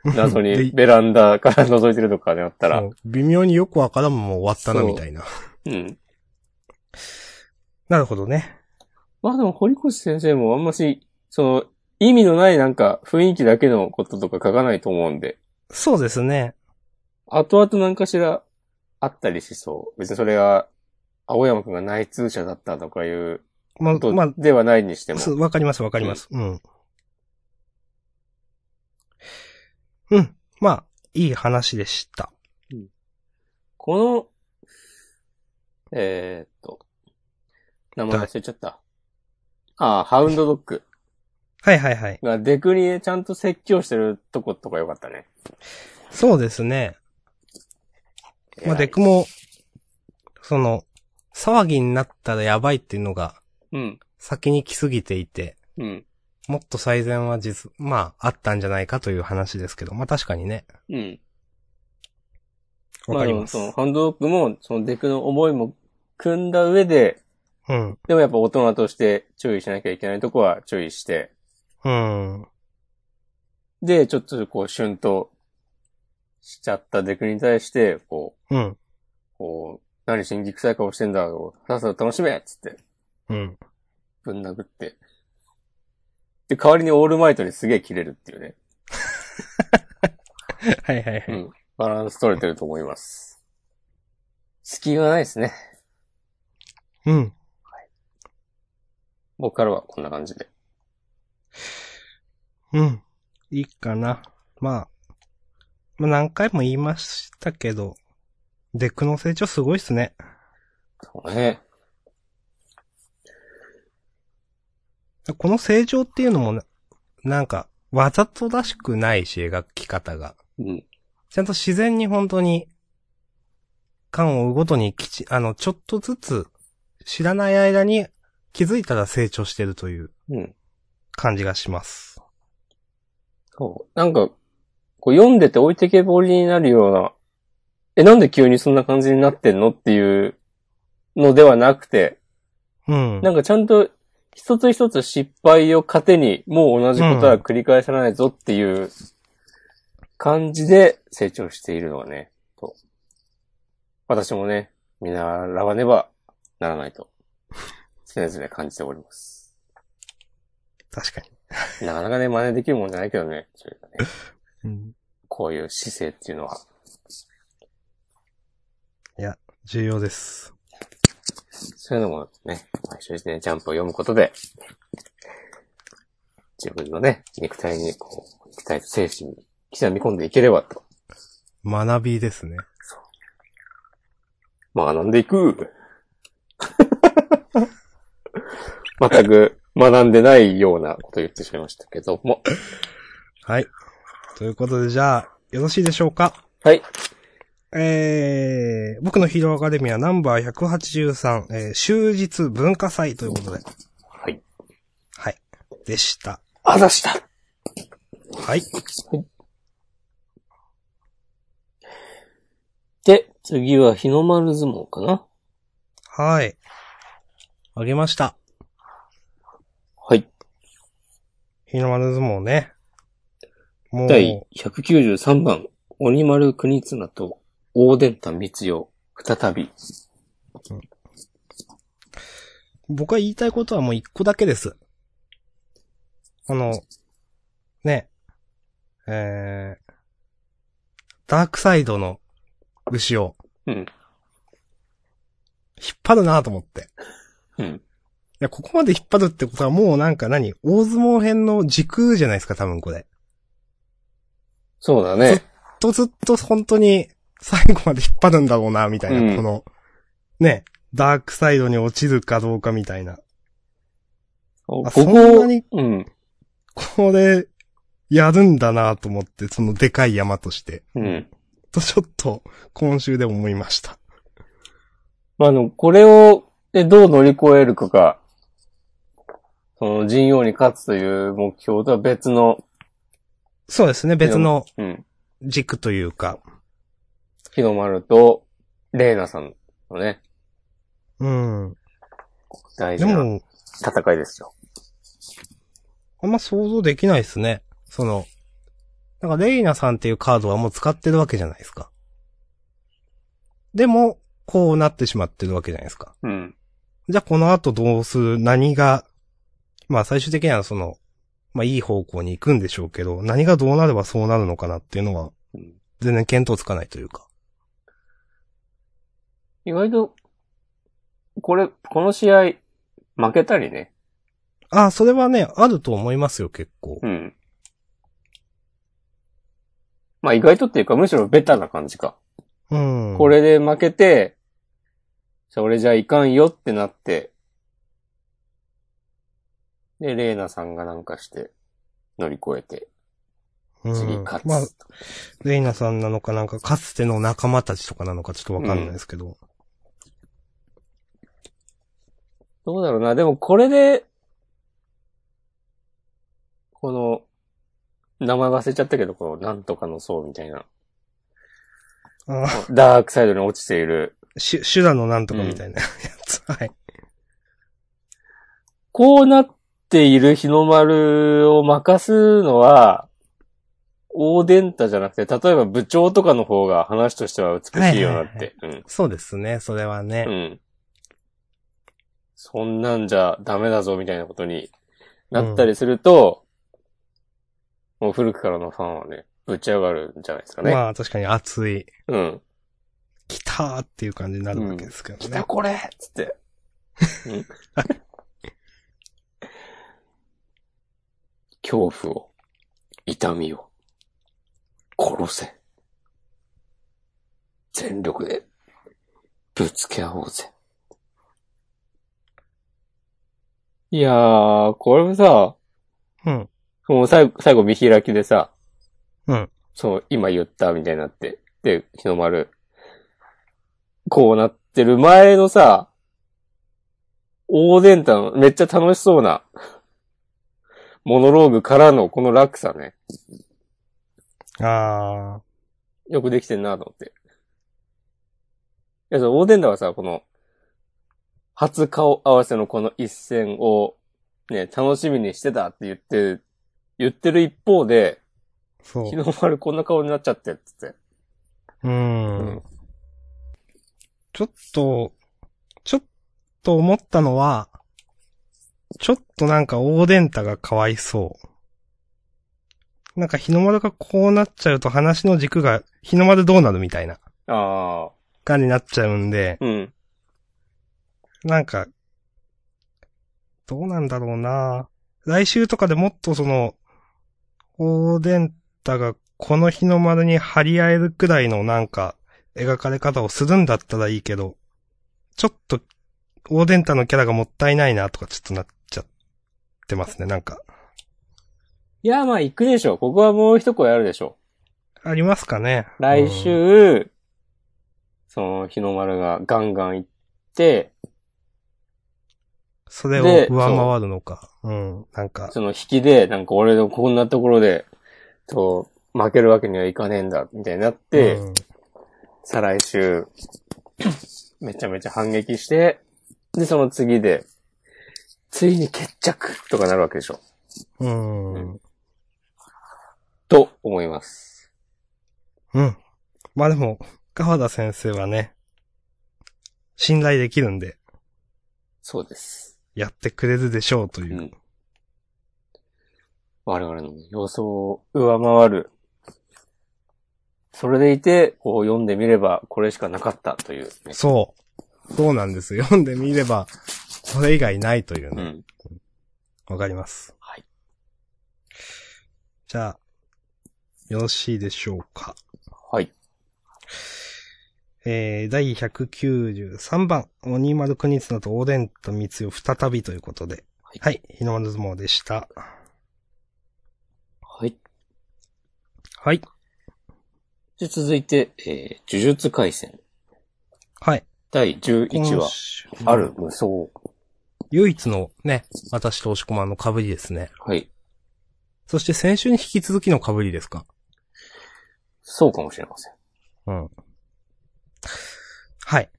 [SPEAKER 1] 謎
[SPEAKER 2] で
[SPEAKER 1] にベランダから覗いてるとかね、あったら
[SPEAKER 2] そ、う微妙によくわからんまま終わったな、
[SPEAKER 1] そう
[SPEAKER 2] みたいな。
[SPEAKER 1] うん。
[SPEAKER 2] なるほどね。
[SPEAKER 1] まあでも、堀越先生もあんまし、その、意味のないなんか雰囲気だけのこととか書かないと思うんで、
[SPEAKER 2] そうですね。
[SPEAKER 1] 後々なんかしらあったりしそう。別にそれが、青山くんが内通者だったとかいう
[SPEAKER 2] まあ、
[SPEAKER 1] こと
[SPEAKER 2] まあ、
[SPEAKER 1] ではないにしても。
[SPEAKER 2] そうわかります、わかります。うん。うん。まあ、いい話でした。
[SPEAKER 1] この、えー、っと、名前忘れちゃった。ああ、ハウンドドッグ
[SPEAKER 2] はいはいはい。
[SPEAKER 1] がデクにちゃんと説教してるとことかよかったね。
[SPEAKER 2] そうですね。まあ、デクも、その、騒ぎになったらやばいっていうのが
[SPEAKER 1] うん、
[SPEAKER 2] 先に来すぎていて、
[SPEAKER 1] うん、
[SPEAKER 2] もっと最善は実、まあ、あったんじゃないかという話ですけど、まあ確かにね、
[SPEAKER 1] うん。
[SPEAKER 2] わかります。
[SPEAKER 1] あでもそのハンドドッグも、そのデクの思いも組んだ上で、
[SPEAKER 2] うん。
[SPEAKER 1] でもやっぱ大人として注意しなきゃいけないとこは注意して、
[SPEAKER 2] うん。
[SPEAKER 1] で、ちょっとこう、旬としちゃったデクに対して、こう、
[SPEAKER 2] うん。
[SPEAKER 1] こう、何心技臭い顔してんだ、さっさと楽しめっつって、
[SPEAKER 2] うん。
[SPEAKER 1] ぶん殴って。で、代わりにオールマイトにすげえ切れるっていうね。
[SPEAKER 2] はいはいはい。
[SPEAKER 1] うん。バランス取れてると思います。隙がないですね。
[SPEAKER 2] うん。
[SPEAKER 1] 僕からはこんな感じで。
[SPEAKER 2] うん。いいかな。まあ。まあ何回も言いましたけど、デックの成長すごいっすね。
[SPEAKER 1] そうね。
[SPEAKER 2] この成長っていうのもな、なんか、わざとらしくないし、描き方が。
[SPEAKER 1] うん。
[SPEAKER 2] ちゃんと自然に本当に、感を追うごとにきち、あの、ちょっとずつ、知らない間に気づいたら成長してるという
[SPEAKER 1] うん。
[SPEAKER 2] 感じがします。
[SPEAKER 1] そう。なんか、こう読んでて置いてけぼりになるような、え、なんで急にそんな感じになってんのっていうのではなくて、
[SPEAKER 2] うん。
[SPEAKER 1] なんかちゃんと一つ一つ失敗を糧に、もう同じことは繰り返さないぞっていう感じで成長しているのはね、と。私もね、見習わねばならないと、常々感じております。
[SPEAKER 2] 確かに。
[SPEAKER 1] なかなかね、真似できるもんじゃないけどね、それがね
[SPEAKER 2] うん。
[SPEAKER 1] こういう姿勢っていうのは。
[SPEAKER 2] 重要です。
[SPEAKER 1] そういうのもね、毎週ね、ジャンプを読むことで、自分のね、肉体に、こう、肉体と精神に刻み込んでいければと、
[SPEAKER 2] 学びですね。
[SPEAKER 1] 学んでいく。 全く学んでないようなことを言ってしまいましたけども。
[SPEAKER 2] はい。ということで、じゃあ、よろしいでしょうか
[SPEAKER 1] はい。
[SPEAKER 2] えー、僕のヒーローアカデミアナンバー183、えー、終日文化祭ということで、
[SPEAKER 1] はい。
[SPEAKER 2] はい。でした。
[SPEAKER 1] あざした
[SPEAKER 2] はい。
[SPEAKER 1] で、次は日の丸相撲かな
[SPEAKER 2] はい。あげました。
[SPEAKER 1] はい。
[SPEAKER 2] 日の丸相撲ね。も
[SPEAKER 1] 第
[SPEAKER 2] う、
[SPEAKER 1] 193番、鬼丸国綱と大伝丹密用、再び。
[SPEAKER 2] 僕は言いたいことはもう一個だけです。あの、ね、えー、ダークサイドの牛を
[SPEAKER 1] うん。
[SPEAKER 2] 引っ張るなと思って。
[SPEAKER 1] うん。
[SPEAKER 2] いや、ここまで引っ張るってことはもうなんか何大相撲編の時空じゃないですか、多分これ。
[SPEAKER 1] そうだね。
[SPEAKER 2] とずっと本当に最後まで引っ張るんだろうな、みたいな、
[SPEAKER 1] うん
[SPEAKER 2] この、ね、ダークサイドに落ちるかどうかみたいな。
[SPEAKER 1] こ
[SPEAKER 2] あそんなに
[SPEAKER 1] うん。
[SPEAKER 2] これ、やるんだなと思って、そのでかい山として。
[SPEAKER 1] うん。
[SPEAKER 2] と、ちょっと、今週で思いました。
[SPEAKER 1] まあ、あの、これを、で、どう乗り越えるかが、その、陣容に勝つという目標とは別の、
[SPEAKER 2] そうですね、別の
[SPEAKER 1] うん。
[SPEAKER 2] 軸というか。
[SPEAKER 1] 日の丸と、レイナさんのね、
[SPEAKER 2] うん。
[SPEAKER 1] 大
[SPEAKER 2] で
[SPEAKER 1] 事な
[SPEAKER 2] も、
[SPEAKER 1] 戦いですよ。
[SPEAKER 2] あんま想像できないですね。その、なんかレイナさんっていうカードはもう使ってるわけじゃないですか。でも、こうなってしまってるわけじゃないですか。
[SPEAKER 1] うん。
[SPEAKER 2] じゃあこの後どうする何が、まあ最終的にはその、まあいい方向に行くんでしょうけど、何がどうなればそうなるのかなっていうのは、
[SPEAKER 1] うん
[SPEAKER 2] 全然見当つかないというか。
[SPEAKER 1] 意外と、これ、この試合、負けたりね。
[SPEAKER 2] ああ、それはね、あると思いますよ、結構
[SPEAKER 1] う。ん。まあ、意外とっていうか、むしろベタな感じか。
[SPEAKER 2] うん。
[SPEAKER 1] こ。れで負けて、じゃあ俺じゃいかんよってなって、で、レイナさんがなんかして、乗り越えて、
[SPEAKER 2] うん、
[SPEAKER 1] 次勝つ。
[SPEAKER 2] まあ、レイナさんなのかなんか、かつての仲間たちとかなのかちょっとわかんないですけど。
[SPEAKER 1] どうだろうな。でもこれで、この、名前忘れちゃったけど、この、なんとかの層みたいな、
[SPEAKER 2] ああ、
[SPEAKER 1] ダークサイドに落ちている、
[SPEAKER 2] シュ、シュラのなんとかみたいなやつ。はい。
[SPEAKER 1] こうなっている日の丸を任すのは、大伝太じゃなくて、例えば部長とかの方が話としては美しいよなって。うん
[SPEAKER 2] そうですね、それはね。
[SPEAKER 1] うん。そんなんじゃダメだぞみたいなことになったりすると、もう古くからのファンはね、ぶち上がるんじゃないですかね。
[SPEAKER 2] まあ確かに熱い、
[SPEAKER 1] うん。
[SPEAKER 2] 来たーっていう感じになるわけですけど
[SPEAKER 1] 来
[SPEAKER 2] ね
[SPEAKER 1] た。これっつ って。うん、恐怖を、痛みを、殺せ。全力で、ぶつけ合おうぜ。いやー、これもさ、
[SPEAKER 2] うん。
[SPEAKER 1] もう最後、最後見開きでさ、
[SPEAKER 2] うん。
[SPEAKER 1] そう、今言ったみたいになって、で、日の丸、こうなってる前のさ、大伝端、めっちゃ楽しそうな、モノローグからのこの落差ね、
[SPEAKER 2] あ
[SPEAKER 1] よくできてんなと思って。いや、その大伝端はさ、この、初顔合わせのこの一戦を、ね、楽しみにしてたって言って、言ってる一方で、
[SPEAKER 2] ー、そ
[SPEAKER 1] 日の丸こんな顔になっちゃって、つって。
[SPEAKER 2] う。うん。
[SPEAKER 1] うん
[SPEAKER 2] ちょっと、ちょっと思ったのは、ちょっとなんか大伝太がかわいそう。なんか日の丸がこうなっちゃうと話の軸が日の丸どうなるみたいな
[SPEAKER 1] ああ、
[SPEAKER 2] 感じになっちゃうんで、
[SPEAKER 1] うん。
[SPEAKER 2] なんか、どうなんだろうな来週とかでもっとその、大伝太がこの日の丸に張り合えるくらいのなんか、描かれ方をするんだったらいいけど、ちょっと、大伝太のキャラがもったいないなとかちょっとなっちゃってますね、なんか。
[SPEAKER 1] いや、まあ、行くでしょ。ここはもう一声やるでしょ。
[SPEAKER 2] ありますかね
[SPEAKER 1] 来
[SPEAKER 2] うん
[SPEAKER 1] 週、その、日の丸がガンガン行って、
[SPEAKER 2] それを
[SPEAKER 1] で
[SPEAKER 2] 上回るのか。うん、なんか。
[SPEAKER 1] その引きで、なんか俺のこんなところで、と、負けるわけにはいかねえんだ、みたいになって、
[SPEAKER 2] うん
[SPEAKER 1] 再来週、めちゃめちゃ反撃して、で、その次で、ついに決着とかなるわけでしょ。
[SPEAKER 2] うん。
[SPEAKER 1] と思います。
[SPEAKER 2] うん。まあでも、川田先生はね、信頼できるんで、
[SPEAKER 1] そうです。
[SPEAKER 2] やってくれるでしょうというう。
[SPEAKER 1] ん。我々の予想を上回る。それでいて、こう読んでみれば、これしかなかったという、ね。
[SPEAKER 2] そう。そうなんですよ。読んでみれば、これ以外ないという
[SPEAKER 1] う
[SPEAKER 2] ね。
[SPEAKER 1] ん。
[SPEAKER 2] わ、かります。
[SPEAKER 1] はい。
[SPEAKER 2] じゃあ、よろしいでしょうか。
[SPEAKER 1] はい。
[SPEAKER 2] えー、第193番、鬼丸国綱とおでんと光代再びということで。
[SPEAKER 1] はい
[SPEAKER 2] はい、日の丸相撲でした。
[SPEAKER 1] はい。
[SPEAKER 2] はい。
[SPEAKER 1] で、続いて、えー、呪術回戦。
[SPEAKER 2] はい。
[SPEAKER 1] 第11話
[SPEAKER 2] 今。週
[SPEAKER 1] ある無双。
[SPEAKER 2] 唯一のね、私と押し込まんの被りですね。
[SPEAKER 1] はい。
[SPEAKER 2] そして先週に引き続きの被りですか
[SPEAKER 1] そうかもしれません。
[SPEAKER 2] うん。はい。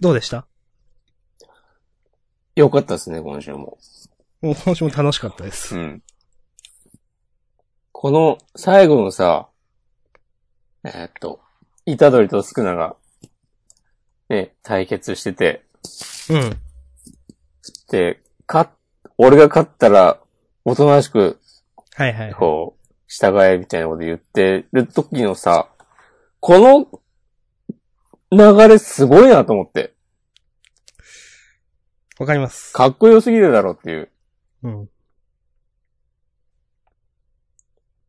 [SPEAKER 2] どうでした
[SPEAKER 1] よかったですね、今週も。
[SPEAKER 2] もう今週も楽しかったで
[SPEAKER 1] う
[SPEAKER 2] す。
[SPEAKER 1] ん。この、最後のさ、えーっと、イタドリとスクナが、ね、対決してて、
[SPEAKER 2] うん。
[SPEAKER 1] で、か、俺が勝ったら、おとなしく、
[SPEAKER 2] はいはい。
[SPEAKER 1] こう、従え、みたいなこと言ってる時のさ、この、流れすごいなと思って。
[SPEAKER 2] わかります。
[SPEAKER 1] かっこよすぎるだろうっていう。
[SPEAKER 2] うん。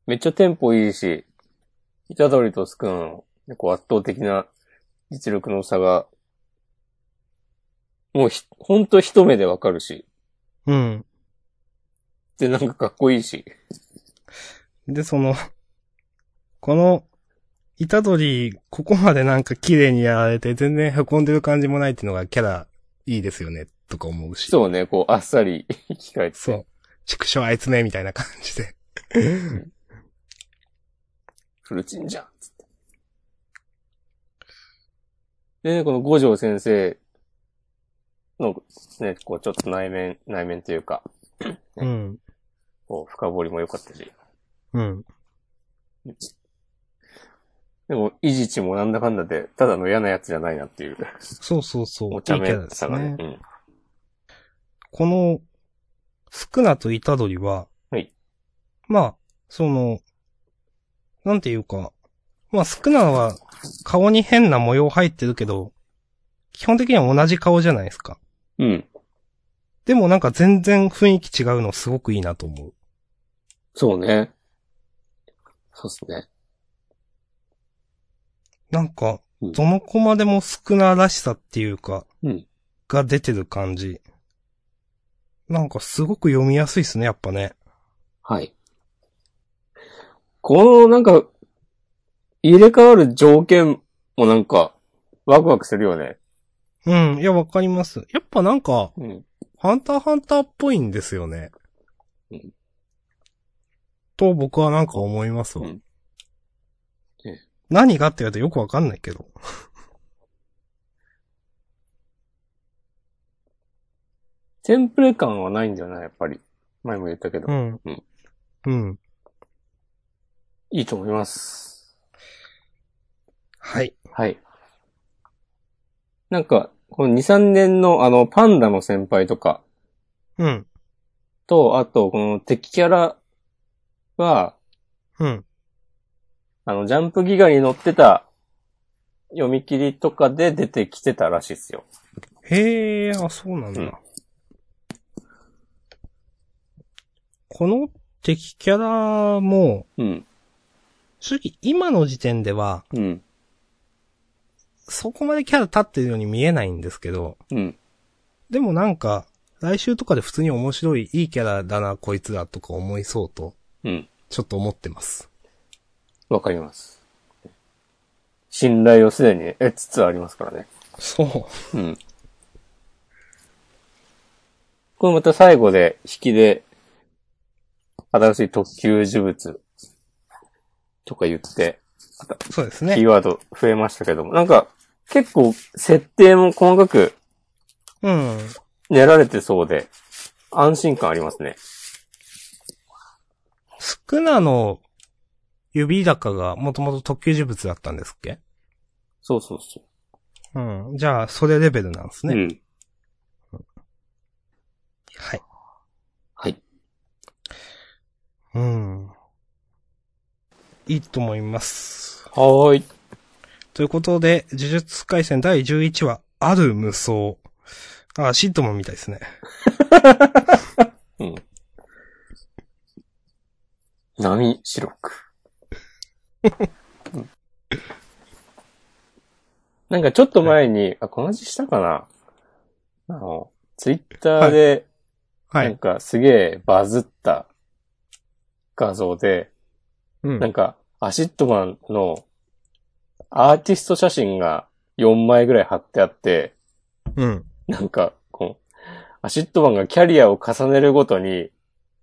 [SPEAKER 1] めっちゃテンポいいし、イタドリとスクナの、こう圧倒的な実力の差が、もうひ、ほんと一目でわかるし、
[SPEAKER 2] うん。
[SPEAKER 1] で、なんかかっこいいし。
[SPEAKER 2] で、その、この、イタドリ、ここまでなんか綺麗にやられて、全然凹んでる感じもないっていうのがキャラいいですよね、とか思うし。
[SPEAKER 1] そうね、こう、あっさり 生き返って。
[SPEAKER 2] そう。畜生あいつめ、みたいな感じで。
[SPEAKER 1] フルチンじゃんつって。で、この五条先生の、ね、こう、ちょっと内面、内面というか、
[SPEAKER 2] うん。
[SPEAKER 1] こう、深掘りも良かったし。
[SPEAKER 2] うん。
[SPEAKER 1] でも、イジチもなんだかんだで、ただの嫌なやつじゃないなっていう。
[SPEAKER 2] そうそうそう。
[SPEAKER 1] お茶
[SPEAKER 2] いい
[SPEAKER 1] 目
[SPEAKER 2] キャラです
[SPEAKER 1] さがね。うん
[SPEAKER 2] この少なと虎取は、
[SPEAKER 1] はい。
[SPEAKER 2] まあ、その、なんていうか、まあ少なは顔に変な模様入ってるけど、基本的には同じ顔じゃないですか。
[SPEAKER 1] うん。
[SPEAKER 2] でもなんか全然雰囲気違うのすごくいいなと思う。
[SPEAKER 1] そうね。そうっすね。
[SPEAKER 2] なんか、
[SPEAKER 1] うん
[SPEAKER 2] どのコマでも少ならしさっていうか、
[SPEAKER 1] うん
[SPEAKER 2] が出てる感じ。なんかすごく読みやすいっすね、やっぱね。
[SPEAKER 1] はい。この、なんか、入れ替わる条件もなんか、ワクワクするよね。
[SPEAKER 2] うん、いや、わかります。やっぱなんか、
[SPEAKER 1] うん。
[SPEAKER 2] ハンターハンターっぽいんですよね
[SPEAKER 1] うん。
[SPEAKER 2] と僕はなんか思いますわ。
[SPEAKER 1] うんええ
[SPEAKER 2] 何がって言われてよくわかんないけど。
[SPEAKER 1] テンプレ感はないんだよな、やっぱり。前も言ったけど。
[SPEAKER 2] うん
[SPEAKER 1] うん。
[SPEAKER 2] うん。
[SPEAKER 1] いいと思います。
[SPEAKER 2] はい。
[SPEAKER 1] はい。なんか、この2、3年のあの、パンダの先輩とか
[SPEAKER 2] うん。
[SPEAKER 1] と、あと、この敵キャラは、
[SPEAKER 2] うん。
[SPEAKER 1] あの、ジャンプギガに載ってた読み切りとかで出てきてたらしいっすよ。
[SPEAKER 2] へえ、あ、そうなんだ。
[SPEAKER 1] うん
[SPEAKER 2] この敵キャラも、
[SPEAKER 1] うん。
[SPEAKER 2] 正直今の時点では、
[SPEAKER 1] うん。
[SPEAKER 2] そこまでキャラ立ってるように見えないんですけど、
[SPEAKER 1] うん。
[SPEAKER 2] でもなんか、来週とかで普通に面白い、いいキャラだな、こいつらとか思いそうと、
[SPEAKER 1] うん。
[SPEAKER 2] ちょっと思ってます。
[SPEAKER 1] わかります。信頼をすでに得つつありますからね。
[SPEAKER 2] そ
[SPEAKER 1] うん。これまた最後で、引きで、新しい特級呪物とか言って、
[SPEAKER 2] う。そうです
[SPEAKER 1] キー
[SPEAKER 2] ね。
[SPEAKER 1] ワード増えましたけども、なんか、結構、設定も細かく
[SPEAKER 2] うん。
[SPEAKER 1] 練られてそうで、安心感ありますね。
[SPEAKER 2] スクナの指高がもともと特級呪物だったんですっけ
[SPEAKER 1] そうそうそ
[SPEAKER 2] うん。じゃあ、それレベルなんです
[SPEAKER 1] う。
[SPEAKER 2] ね。
[SPEAKER 1] うん。
[SPEAKER 2] はい。
[SPEAKER 1] はい。
[SPEAKER 2] うん。いいと思います。
[SPEAKER 1] はーい。
[SPEAKER 2] ということで、呪術回戦第11話、ある無双。あ、シートマンみたいですね。
[SPEAKER 1] うん。波白く。うんなんかちょっと前に、あ、この話したかなあの、ツイッターで、
[SPEAKER 2] は
[SPEAKER 1] なん。かすげえバズった画像で、
[SPEAKER 2] うん
[SPEAKER 1] なんかアシットマンのアーティスト写真が4枚ぐらい貼ってあって、
[SPEAKER 2] うん。
[SPEAKER 1] なんか、こう、アシットマンがキャリアを重ねるごとに、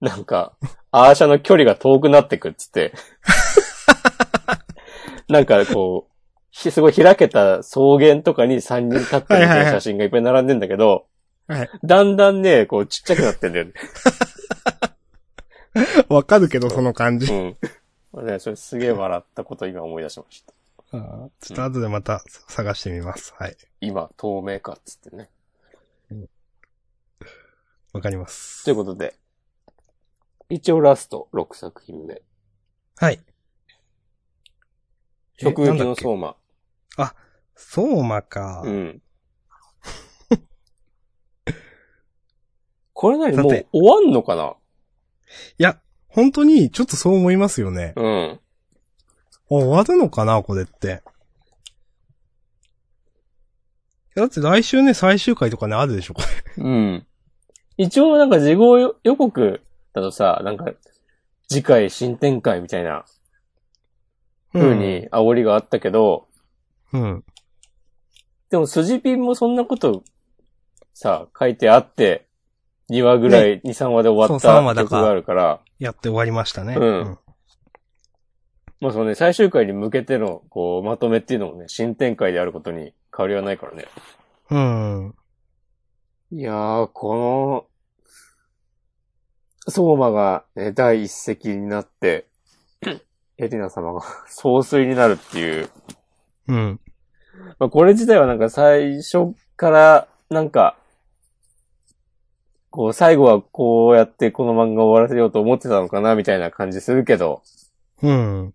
[SPEAKER 1] なんか、アーシャの距離が遠くなってくっつ って。なんかこう、ひすごい開けた草原とかに3人立ってるみたいな写真がいっぱい並んでんだけど、
[SPEAKER 2] はい。
[SPEAKER 1] だんだんね、こうちっちゃくなってんだよね。
[SPEAKER 2] わかるけど、その感じ。
[SPEAKER 1] うん。ね、それすげえ笑ったこと今思い出しました。
[SPEAKER 2] あーちょっと後でまた探してみます。はい。
[SPEAKER 1] 今、透明かっつってね。
[SPEAKER 2] わかります。
[SPEAKER 1] ということで、一応ラスト6作品目。
[SPEAKER 2] はい。え
[SPEAKER 1] 食
[SPEAKER 2] なん
[SPEAKER 1] 撃
[SPEAKER 2] だ
[SPEAKER 1] の
[SPEAKER 2] っけ
[SPEAKER 1] 相馬。
[SPEAKER 2] そうまか。
[SPEAKER 1] うん。 これなり
[SPEAKER 2] さ
[SPEAKER 1] も
[SPEAKER 2] て
[SPEAKER 1] う終わんのかない
[SPEAKER 2] や、本当にちょっとそう思いますよね。
[SPEAKER 1] うん。
[SPEAKER 2] 終わるのかな、これって。いやだって来週ね、最終回とかね、あるでしょ、これ。
[SPEAKER 1] うん。一応なんか事後予予告だとさ、なんか、次回新展開みたいな風に煽りがあったけど、
[SPEAKER 2] うん。うん。
[SPEAKER 1] でも筋ピンもそんなことさ、書いてあって、2話ぐらい、2、3話で終わっ
[SPEAKER 2] そう
[SPEAKER 1] た
[SPEAKER 2] 三話だ
[SPEAKER 1] 曲
[SPEAKER 2] か
[SPEAKER 1] があるから、
[SPEAKER 2] やって終わりましたね。
[SPEAKER 1] うんまあそのね、最終回に向けての、こう、まとめっていうのもね、新展開であることに変わりはないからね。
[SPEAKER 2] うん。うん。
[SPEAKER 1] いやー、この、相馬が、ね、第一席になって、エリナ様が総帥になるっていう。
[SPEAKER 2] うん。
[SPEAKER 1] まあ、これ自体はなんか最初から、なんか、こう、最後はこうやってこの漫画を終わらせようと思ってたのかな、みたいな感じするけど、
[SPEAKER 2] うん。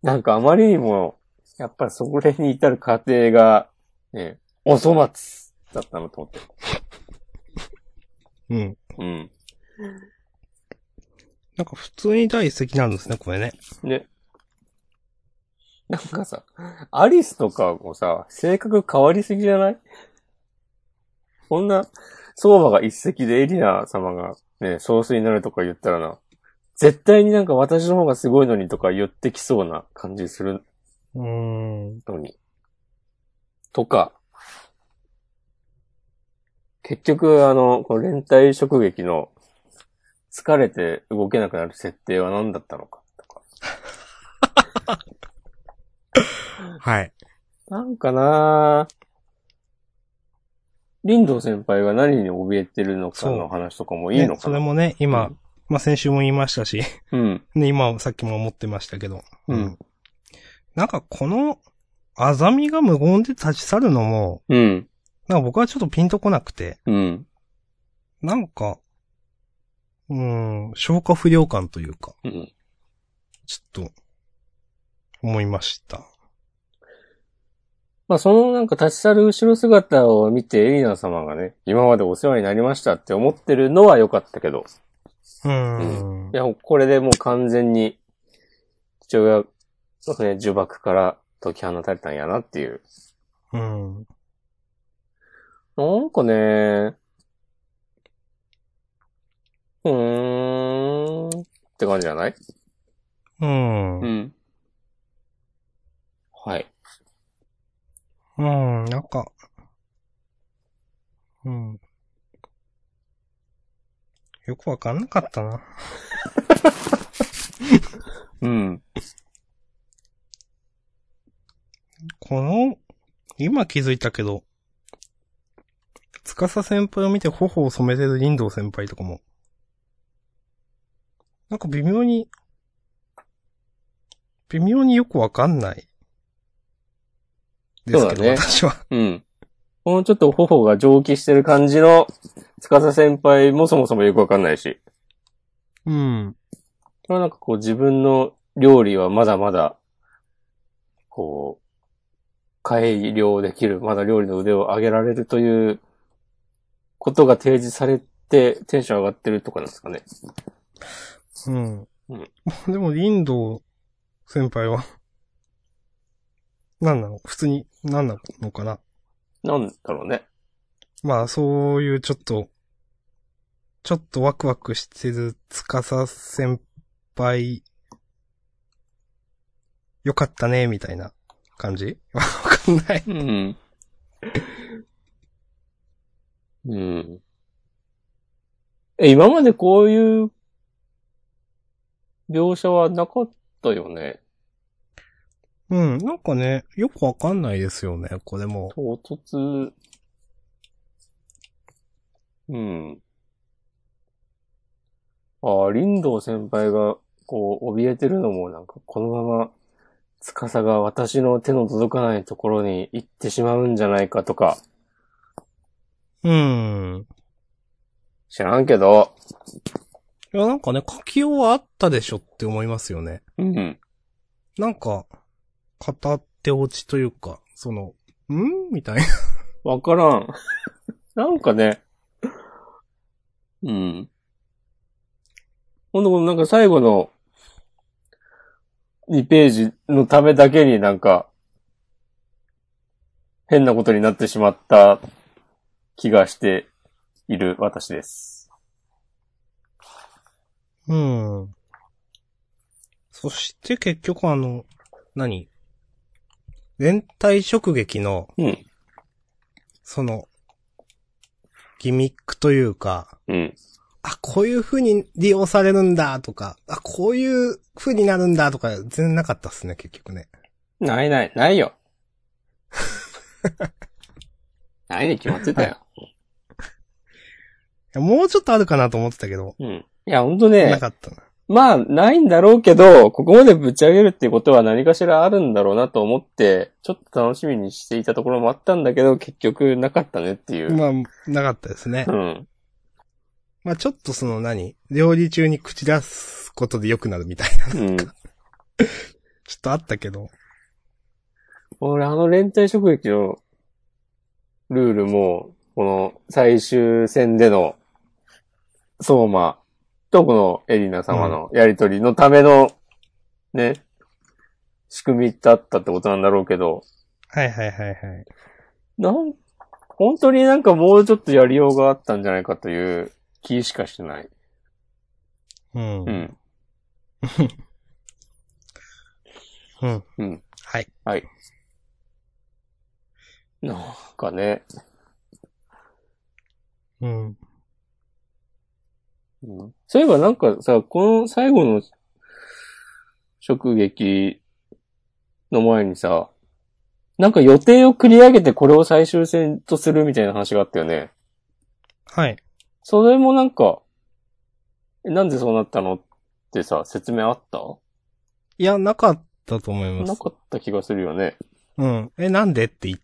[SPEAKER 1] なんかあまりにも、やっぱりそれに至る過程が、ね、お粗末だったなと思って。
[SPEAKER 2] うん。
[SPEAKER 1] うん。
[SPEAKER 2] なんか普通に第一席なんですね、これね。
[SPEAKER 1] ね。なんかさ、アリスとかもさ、性格変わりすぎじゃないこんな、相馬が一席でエリナ様がね、総帥になるとか言ったらな、絶対になんか私の方がすごいのにとか言ってきそうな感じする
[SPEAKER 2] うーん。
[SPEAKER 1] のに。とか、結局、あの、この連帯職撃の疲れて動けなくなる設定は何だったのかとか。
[SPEAKER 2] はい。
[SPEAKER 1] なんかなぁ。林道先輩が何に怯えてるのか
[SPEAKER 2] そ
[SPEAKER 1] の
[SPEAKER 2] う
[SPEAKER 1] 話とかもいいの
[SPEAKER 2] ねそ
[SPEAKER 1] か
[SPEAKER 2] れ
[SPEAKER 1] な、
[SPEAKER 2] もね、今、
[SPEAKER 1] うん
[SPEAKER 2] まあ先週も言いましたし、
[SPEAKER 1] うん。
[SPEAKER 2] ね、今、さっきも思ってましたけど。
[SPEAKER 1] うん。
[SPEAKER 2] なんかこの、アザミが無言で立ち去るのも、
[SPEAKER 1] うん。
[SPEAKER 2] なんか僕はちょっとピンとこなくて、
[SPEAKER 1] うん。
[SPEAKER 2] なんか、うーん、消化不良感というか、
[SPEAKER 1] うん。
[SPEAKER 2] ちょっと、思いました。
[SPEAKER 1] まあ、そのなんか立ち去る後ろ姿を見て、エリナ様がね、今までお世話になりましたって思ってるのは良かったけど。
[SPEAKER 2] うーん
[SPEAKER 1] い。や、これでもう完全に、父親が、ね、呪縛から解き放たれたんやなっていう。
[SPEAKER 2] うん。
[SPEAKER 1] なんかね、うーん、って感じじゃない
[SPEAKER 2] うん。
[SPEAKER 1] ん。はい。
[SPEAKER 2] うん、なんか、うん。よくわかんなかったな。
[SPEAKER 1] うん。
[SPEAKER 2] この、今気づいたけど、司先輩を見て頬を染めてる林道先輩とかも、なんか微妙に、微妙によくわかんない。です
[SPEAKER 1] そ
[SPEAKER 2] け
[SPEAKER 1] う
[SPEAKER 2] ど、
[SPEAKER 1] だね
[SPEAKER 2] 私は。
[SPEAKER 1] うん。このちょっと頬が蒸気してる感じの、司先輩もそもそもよくわかんないし。
[SPEAKER 2] うん。
[SPEAKER 1] これはなんかこう自分の料理はまだまだ、こう、改良できる、まだ料理の腕を上げられるという、ことが提示されてテンション上がってるとかなんですかね。
[SPEAKER 2] うん。
[SPEAKER 1] うん
[SPEAKER 2] でも、林道先輩は、なんなの普通に、なんなのかな
[SPEAKER 1] なんだろうね。
[SPEAKER 2] まあ、そういうちょっと、ちょっとワクワクしてる司先輩、よかったね、みたいな感じ わかんない。
[SPEAKER 1] うん。うん。え、今までこういう描写はなかったよね。
[SPEAKER 2] うん、なんかね、よくわかんないですよね、これも。
[SPEAKER 1] 唐突。うん。ああ、林道先輩が、こう、怯えてるのも、なんか、このまま、司が私の手の届かないところに行ってしまうんじゃないかとか、
[SPEAKER 2] うん。
[SPEAKER 1] 知らんけど、
[SPEAKER 2] いや、なんかね、書きようはあったでしょって思いますよね。
[SPEAKER 1] うん。
[SPEAKER 2] なんか、語って落ちというか、その、んみたいな。
[SPEAKER 1] わからん。 なんかね。うん。ほんとこのなんか最後の2ページのためだけになんか変なことになってしまった気がしている私です。
[SPEAKER 2] うん。そして結局あの、何連帯直撃の、
[SPEAKER 1] うん。
[SPEAKER 2] その、ギミックというか、
[SPEAKER 1] うん。
[SPEAKER 2] あ、こういう風に利用されるんだとか、あ、こういう風になるんだとか、全然なかったっすね、結局ね。
[SPEAKER 1] ないない、ないよ。 ないに決まってたよ。
[SPEAKER 2] いやもうちょっとあるかなと思ってたけど、
[SPEAKER 1] うん。いや、ほんとね。
[SPEAKER 2] なかったな。
[SPEAKER 1] まあ、ないんだろうけど、ここまでぶち上げるっていうことは何かしらあるんだろうなと思って、ちょっと楽しみにしていたところもあったんだけど、結局なかったねっていう。
[SPEAKER 2] まあ、なかったですね
[SPEAKER 1] う。ん。
[SPEAKER 2] まあちょっとその何料理中に口出すことで良くなるみたいな。 ちょ
[SPEAKER 1] うん。
[SPEAKER 2] っとあったけど。
[SPEAKER 1] 俺、あの連帯職域のルールも、この最終戦での、相馬とこのエリナ様のやりとりのための、ね、仕組みだったってことなんだろうけど、
[SPEAKER 2] はいはいはいはい。
[SPEAKER 1] なん、本当になんかもうちょっとやりようがあったんじゃないかという気しかしてない。
[SPEAKER 2] うん。
[SPEAKER 1] う。ん。
[SPEAKER 2] うん。
[SPEAKER 1] うん。
[SPEAKER 2] はい。
[SPEAKER 1] はい。なんかね、
[SPEAKER 2] うん。
[SPEAKER 1] うんそういえばなんかさ、この最後の直撃の前にさ、なんか予定を繰り上げてこれを最終戦とするみたいな話があったよね。
[SPEAKER 2] はい。
[SPEAKER 1] それもなんか、えなんでそうなったのってさ、説明あった
[SPEAKER 2] いや、なかったと思いま
[SPEAKER 1] な
[SPEAKER 2] す。
[SPEAKER 1] かった気がするよね。
[SPEAKER 2] うん。え、なんでってい、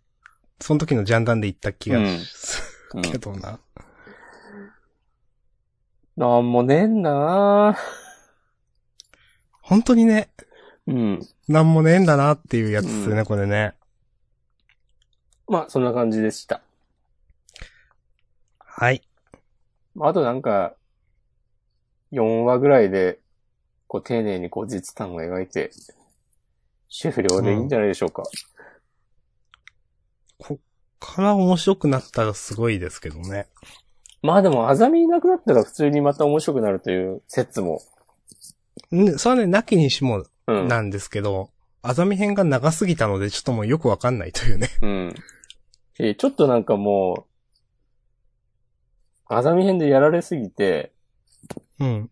[SPEAKER 2] その時のジャンダンで言った気が
[SPEAKER 1] うん
[SPEAKER 2] す
[SPEAKER 1] うん
[SPEAKER 2] るけどな。
[SPEAKER 1] なんもねえんだな
[SPEAKER 2] 本当にね、
[SPEAKER 1] うん。
[SPEAKER 2] なんもねえんだなっていうやつですよね、
[SPEAKER 1] う
[SPEAKER 2] これね。
[SPEAKER 1] まあ、そんな感じでした。
[SPEAKER 2] はい。
[SPEAKER 1] あとなんか、4話ぐらいで、こう丁寧に後日談を描いて、終了でいいんじゃないでしょうか。
[SPEAKER 2] から面白くなったらすごいですけどね。
[SPEAKER 1] まあでも、あざみいなくなったら普通にまた面白くなるという説も。
[SPEAKER 2] んそれはね、なきにしも
[SPEAKER 1] うん。
[SPEAKER 2] なんですけど、あざみ編が長すぎたので、ちょっともうよくわかんないというね。
[SPEAKER 1] うん。えーちょっとなんかもう、あざみ編でやられすぎて、
[SPEAKER 2] うん。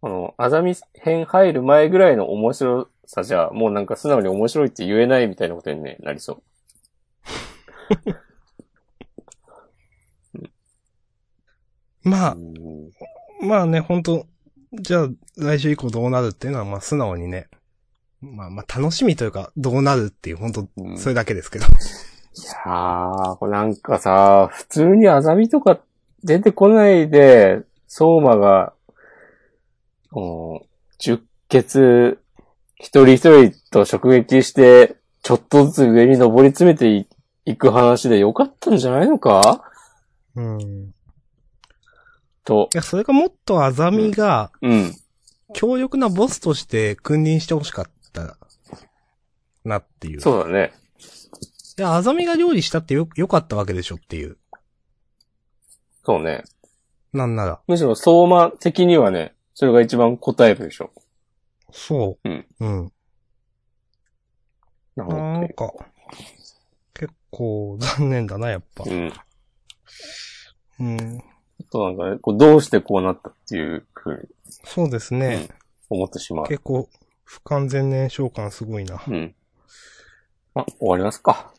[SPEAKER 1] この、あざみ編入る前ぐらいの面白さじゃ、もうなんか素直に面白いって言えないみたいなことにね、なりそう。
[SPEAKER 2] まあ、
[SPEAKER 1] うん
[SPEAKER 2] まあね、本当じゃあ、来週以降どうなるっていうのは、まあ素直にね。まあまあ楽しみというか、どうなるっていう、本
[SPEAKER 1] うん
[SPEAKER 2] 当それだけですけ
[SPEAKER 1] い
[SPEAKER 2] ど。
[SPEAKER 1] やー、これなんかさ、普通にアザミとか出てこないで、相馬が、この、十血、一人一人と直撃して、ちょっとずつ上に登り詰めていいく話でよかったんじゃないのか
[SPEAKER 2] うん。い
[SPEAKER 1] と。
[SPEAKER 2] や、それがもっとあざみが、
[SPEAKER 1] うん。
[SPEAKER 2] 強力なボスとして君臨してほしかったなっていう。う。
[SPEAKER 1] そうだね。
[SPEAKER 2] で、あざみが料理したってよ、良かったわけでしょっていう。
[SPEAKER 1] そうね。
[SPEAKER 2] なんなら。
[SPEAKER 1] むしろ相馬的にはね、それが一番答えるでしょ。
[SPEAKER 2] そう。
[SPEAKER 1] うん。
[SPEAKER 2] うん。
[SPEAKER 1] なるほど
[SPEAKER 2] な
[SPEAKER 1] っ
[SPEAKER 2] ん
[SPEAKER 1] て
[SPEAKER 2] か、結構残念だな、やっぱ
[SPEAKER 1] い。う。うん。あ
[SPEAKER 2] うん。
[SPEAKER 1] となんかね、こうどうしてこうなったっていうふうに
[SPEAKER 2] そうですね。
[SPEAKER 1] 思ってしまう。
[SPEAKER 2] 結構、不完全燃焼感すごいな。
[SPEAKER 1] うん。あ、終わりますか。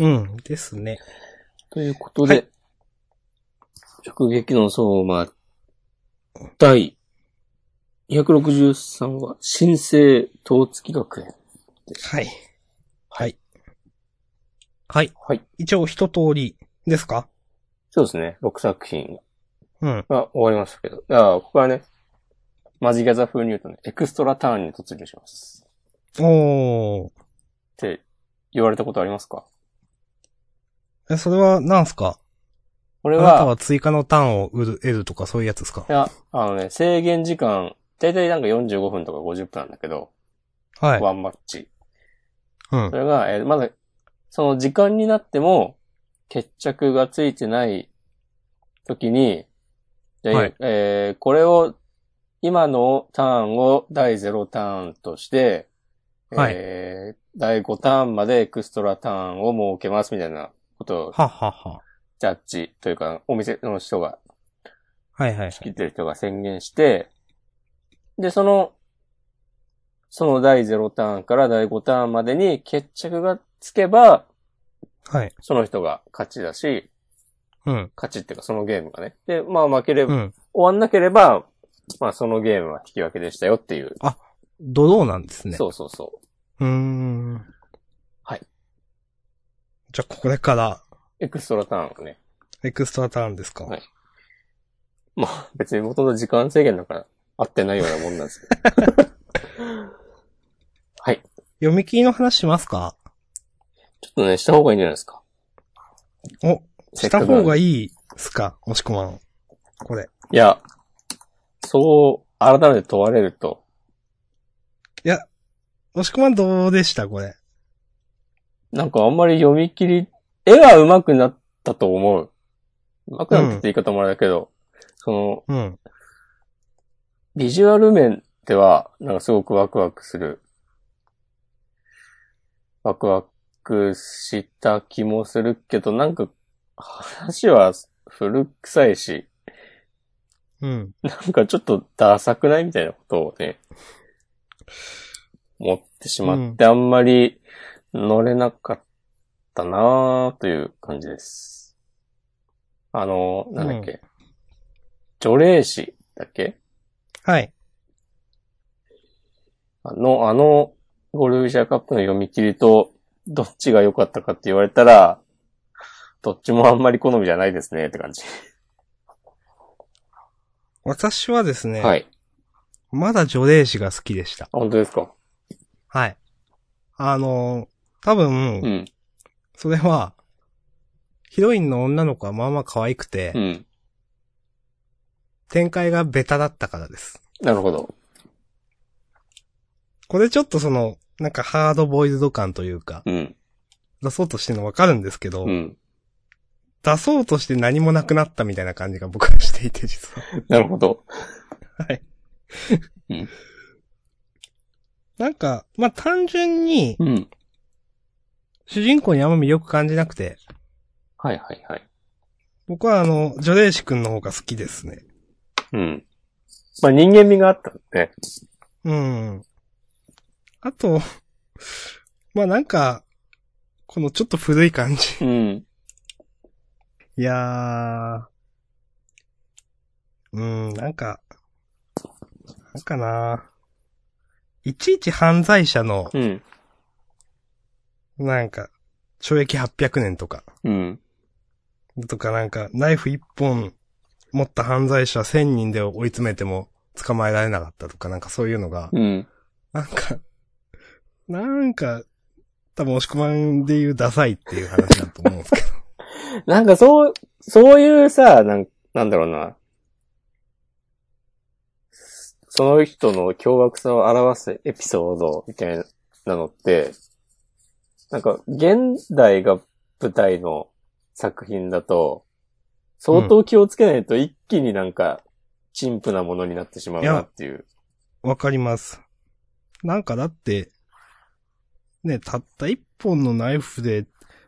[SPEAKER 2] うん。ですね。
[SPEAKER 1] ということで、直撃の相馬、第263話、新生統月学園。
[SPEAKER 2] はい。はい。はい。
[SPEAKER 1] はい。
[SPEAKER 2] 一応一通りですか
[SPEAKER 1] そうですね、6作品
[SPEAKER 2] うん。
[SPEAKER 1] が終わりましたけど。あここはね、マジギャザ風に言うとね、エクストラターンに突入します。
[SPEAKER 2] お
[SPEAKER 1] って言われたことありますか
[SPEAKER 2] ー。え、それは何すか
[SPEAKER 1] これ
[SPEAKER 2] あなた
[SPEAKER 1] は、
[SPEAKER 2] は追加のターンを売る、得るとかそういうやつですか
[SPEAKER 1] いや、あのね、制限時間、だいたいなんか45分とか50分なんだけど、
[SPEAKER 2] はい。
[SPEAKER 1] ワンマッチ。
[SPEAKER 2] うん
[SPEAKER 1] そ。れが、えーまだ、その時間になっても、決着がついてない時に、じゃあ
[SPEAKER 2] はい
[SPEAKER 1] えーこれを、今のターンを第0ターンとして、えー第5ターンまでエクストラターンを設けますみたいなことを、
[SPEAKER 2] ははは。
[SPEAKER 1] ジャッジというか、お店の人が、
[SPEAKER 2] はいはい。
[SPEAKER 1] 切ってる人が宣言して、で、その、その第0ターンから第5ターンまでに決着がつけば、
[SPEAKER 2] はい。
[SPEAKER 1] その人が勝ちだし、
[SPEAKER 2] うん。
[SPEAKER 1] 勝ちっていうかそのゲームがね。で、まあ負ければ、
[SPEAKER 2] うん。
[SPEAKER 1] 終わんなければ、まあそのゲームは引き分けでしたよっていう。
[SPEAKER 2] ドローなんですね。
[SPEAKER 1] そうそうそう。
[SPEAKER 2] うーん。
[SPEAKER 1] はい。
[SPEAKER 2] じゃあ、これから、
[SPEAKER 1] エクストラターンをね。
[SPEAKER 2] エクストラターンですか
[SPEAKER 1] はいまあ、別に元々時間制限だから、合ってないようなもんなんですけど。はい。
[SPEAKER 2] 読み切りの話しますか
[SPEAKER 1] ちょっとね、した方がいいんじゃないですか。
[SPEAKER 2] お、
[SPEAKER 1] せ
[SPEAKER 2] し
[SPEAKER 1] っか
[SPEAKER 2] た
[SPEAKER 1] く
[SPEAKER 2] 方がいいっすかもしくは。これ。
[SPEAKER 1] いや、そう、改めて問われると、
[SPEAKER 2] もしくはどうでしたこれ。
[SPEAKER 1] なんかあんまり読み切り、絵は上手くなったと思う。上手くなったって言い方もあれだけど、その、
[SPEAKER 2] うん。
[SPEAKER 1] ビジュアル面では、なんかすごくワクワクする。ワクワクした気もするけど、なんか、話は古臭いし、
[SPEAKER 2] うん。
[SPEAKER 1] なんかちょっとダサくないみたいなことをね、思ってしまって、あんまり乗れなかったなぁという感じです。あの、なんだっけ。
[SPEAKER 2] う
[SPEAKER 1] 除霊師だっけ
[SPEAKER 2] はい。
[SPEAKER 1] あの、あの、ゴルフィシャーカップの読み切りと、どっちが良かったかって言われたら、どっちもあんまり好みじゃないですねって感じ。
[SPEAKER 2] 私はですね、
[SPEAKER 1] はい。
[SPEAKER 2] まだ除霊師が好きでした。
[SPEAKER 1] あ本当ですか
[SPEAKER 2] はい。あのー、多分、
[SPEAKER 1] うん。
[SPEAKER 2] それは、ヒロインの女の子はまあまあ可愛くて、
[SPEAKER 1] うん。
[SPEAKER 2] 展開がベタだったからです。
[SPEAKER 1] なるほど。
[SPEAKER 2] これちょっとその、なんかハードボイルド感というか、
[SPEAKER 1] うん。
[SPEAKER 2] 出そうとしてるのわかるんですけど、
[SPEAKER 1] うん。
[SPEAKER 2] 出そうとして何もなくなったみたいな感じが僕はしていて、実は。
[SPEAKER 1] なるほど。
[SPEAKER 2] なんか、まあ単純に、
[SPEAKER 1] うん。
[SPEAKER 2] 主人公にあんま魅力感じなくて、
[SPEAKER 1] はいはいはい。
[SPEAKER 2] 僕はあの、ジョレーシ君の方が好きですね。
[SPEAKER 1] うん。まあ人間味があったね。
[SPEAKER 2] うん。あと、まあなんか、このちょっと古い感
[SPEAKER 1] う
[SPEAKER 2] じ。
[SPEAKER 1] ん。
[SPEAKER 2] いやー。うん、なんか、なんかなーいちいち犯罪者の、
[SPEAKER 1] うん。
[SPEAKER 2] なんか、懲役800年とか、
[SPEAKER 1] うん。
[SPEAKER 2] とかなんか、ナイフ1本持った犯罪者1000人で追い詰めても捕まえられなかったとか、なんかそういうのが、
[SPEAKER 1] うん。
[SPEAKER 2] なんか、なんか、多分、押し込まんで言うダサいっていう話だと思うんですけど。
[SPEAKER 1] なんかそう、そういうさ、なんなんだろうな。その人の凶悪さを表すエピソードみたいなのって、なんか現代が舞台の作品だと、相当気をつけないと一気になんか、陳腐なものになってしまうなっていう。
[SPEAKER 2] わかります。なんかだって、ね、たった一本のナイフで、い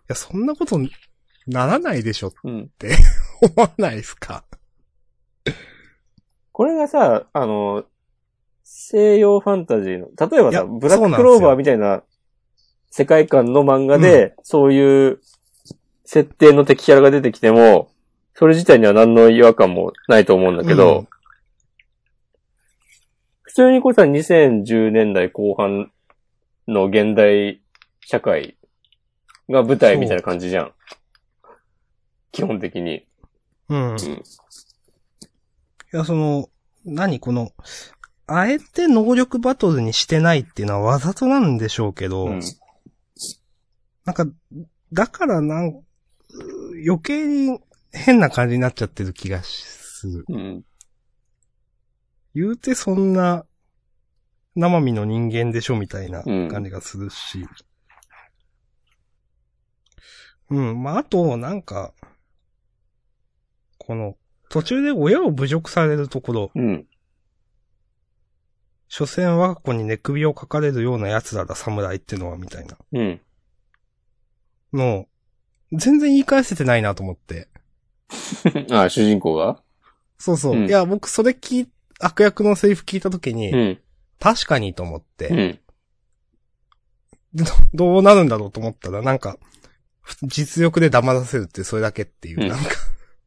[SPEAKER 2] や、そんなことならないでしょ、
[SPEAKER 1] うん。
[SPEAKER 2] 思わないですか。
[SPEAKER 1] これがさ、あの、西洋ファンタジーの、例えば
[SPEAKER 2] いや
[SPEAKER 1] さ、ブラ
[SPEAKER 2] そう
[SPEAKER 1] ック
[SPEAKER 2] なんですよ
[SPEAKER 1] クローバーみたいな世界観の漫画で、そういう設定の敵キャラが出てきても、それ自体には何の違和感もないと思うんだけど、
[SPEAKER 2] うん
[SPEAKER 1] 普通にこれさ、2010年代後半の現代社会が舞台みたいな感じじゃん。基本的に。
[SPEAKER 2] うん。いや、その、何この、あえて能力バトルにしてないっていうのはわざとなんでしょうけど、
[SPEAKER 1] うん
[SPEAKER 2] なんか、だからなん、うー余計に変な感じになっちゃってる気がする。
[SPEAKER 1] うん。
[SPEAKER 2] 言うてそんな、生身の人間でしょみたいな
[SPEAKER 1] うん
[SPEAKER 2] 感じがするし。うん、まあ、あと、なんか、この、途中で親を侮辱されるところ、
[SPEAKER 1] うん。
[SPEAKER 2] 所詮我が子に寝首をかかれるような奴らだ、侍ってのは、みたいな
[SPEAKER 1] うん。
[SPEAKER 2] のを、全然言い返せてないなと思って。
[SPEAKER 1] あ主人公が
[SPEAKER 2] そうそう。
[SPEAKER 1] うん
[SPEAKER 2] いや、僕、それ聞い、悪役のセリフ聞いたときに、
[SPEAKER 1] うん。
[SPEAKER 2] 確かにと思って、
[SPEAKER 1] うん。
[SPEAKER 2] でどどうなるんだろうと思ったら、なんか、ふ実力で黙らせるってそれだけっていう、
[SPEAKER 1] うん
[SPEAKER 2] なんか、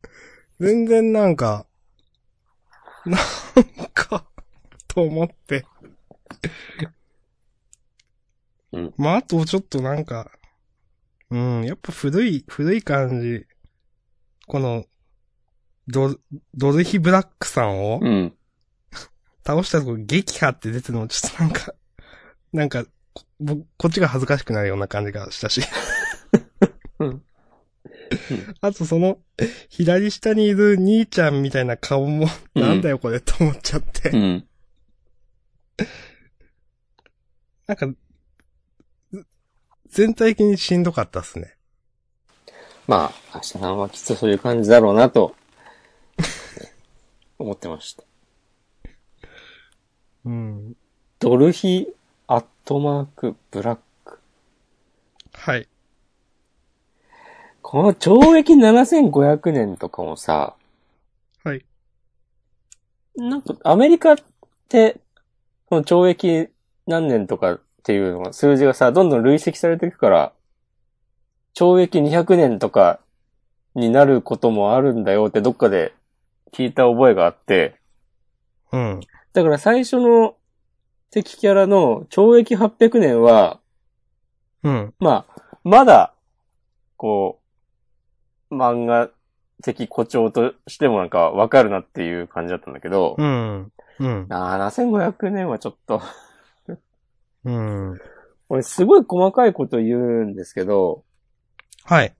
[SPEAKER 2] 全然なんか、なんか、と思って。
[SPEAKER 1] うん
[SPEAKER 2] まあ、あとちょっとなんか、うん、やっぱ古い、古い感じ。この、ド、ドルヒブラックさんを
[SPEAKER 1] うん。
[SPEAKER 2] 倒したとこ撃破って出てるの、ちょっとなんか、 なんか、こ僕、こっちが恥ずかしくなるような感じがしたし。
[SPEAKER 1] うん
[SPEAKER 2] あとその、左下にいる兄ちゃんみたいな顔も、
[SPEAKER 1] うん
[SPEAKER 2] なんだよこれと思っちゃって。
[SPEAKER 1] うん。
[SPEAKER 2] なんか、全体的にしんどかったっすね。
[SPEAKER 1] まあ、明日さんはきっとそういう感じだろうなと、 思ってました。
[SPEAKER 2] うん。
[SPEAKER 1] ドルヒ、アットマーク、ブラック。
[SPEAKER 2] はい。
[SPEAKER 1] この懲役7500年とかもさ、
[SPEAKER 2] はい。
[SPEAKER 1] なんかアメリカって、この懲役何年とかっていうのが、数字がさ、どんどん累積されていくから、懲役200年とかになることもあるんだよってどっかで聞いた覚えがあって、
[SPEAKER 2] うん。
[SPEAKER 1] だから最初の敵キャラの懲役800年は、
[SPEAKER 2] うん。
[SPEAKER 1] まあ、まだ、こう、漫画的誇張としてもなんかわかるなっていう感じだったんだけど、
[SPEAKER 2] うん。うん。
[SPEAKER 1] 7500年はちょっと、
[SPEAKER 2] うん。
[SPEAKER 1] 俺すごい細かいこと言うんですけど、
[SPEAKER 2] はい。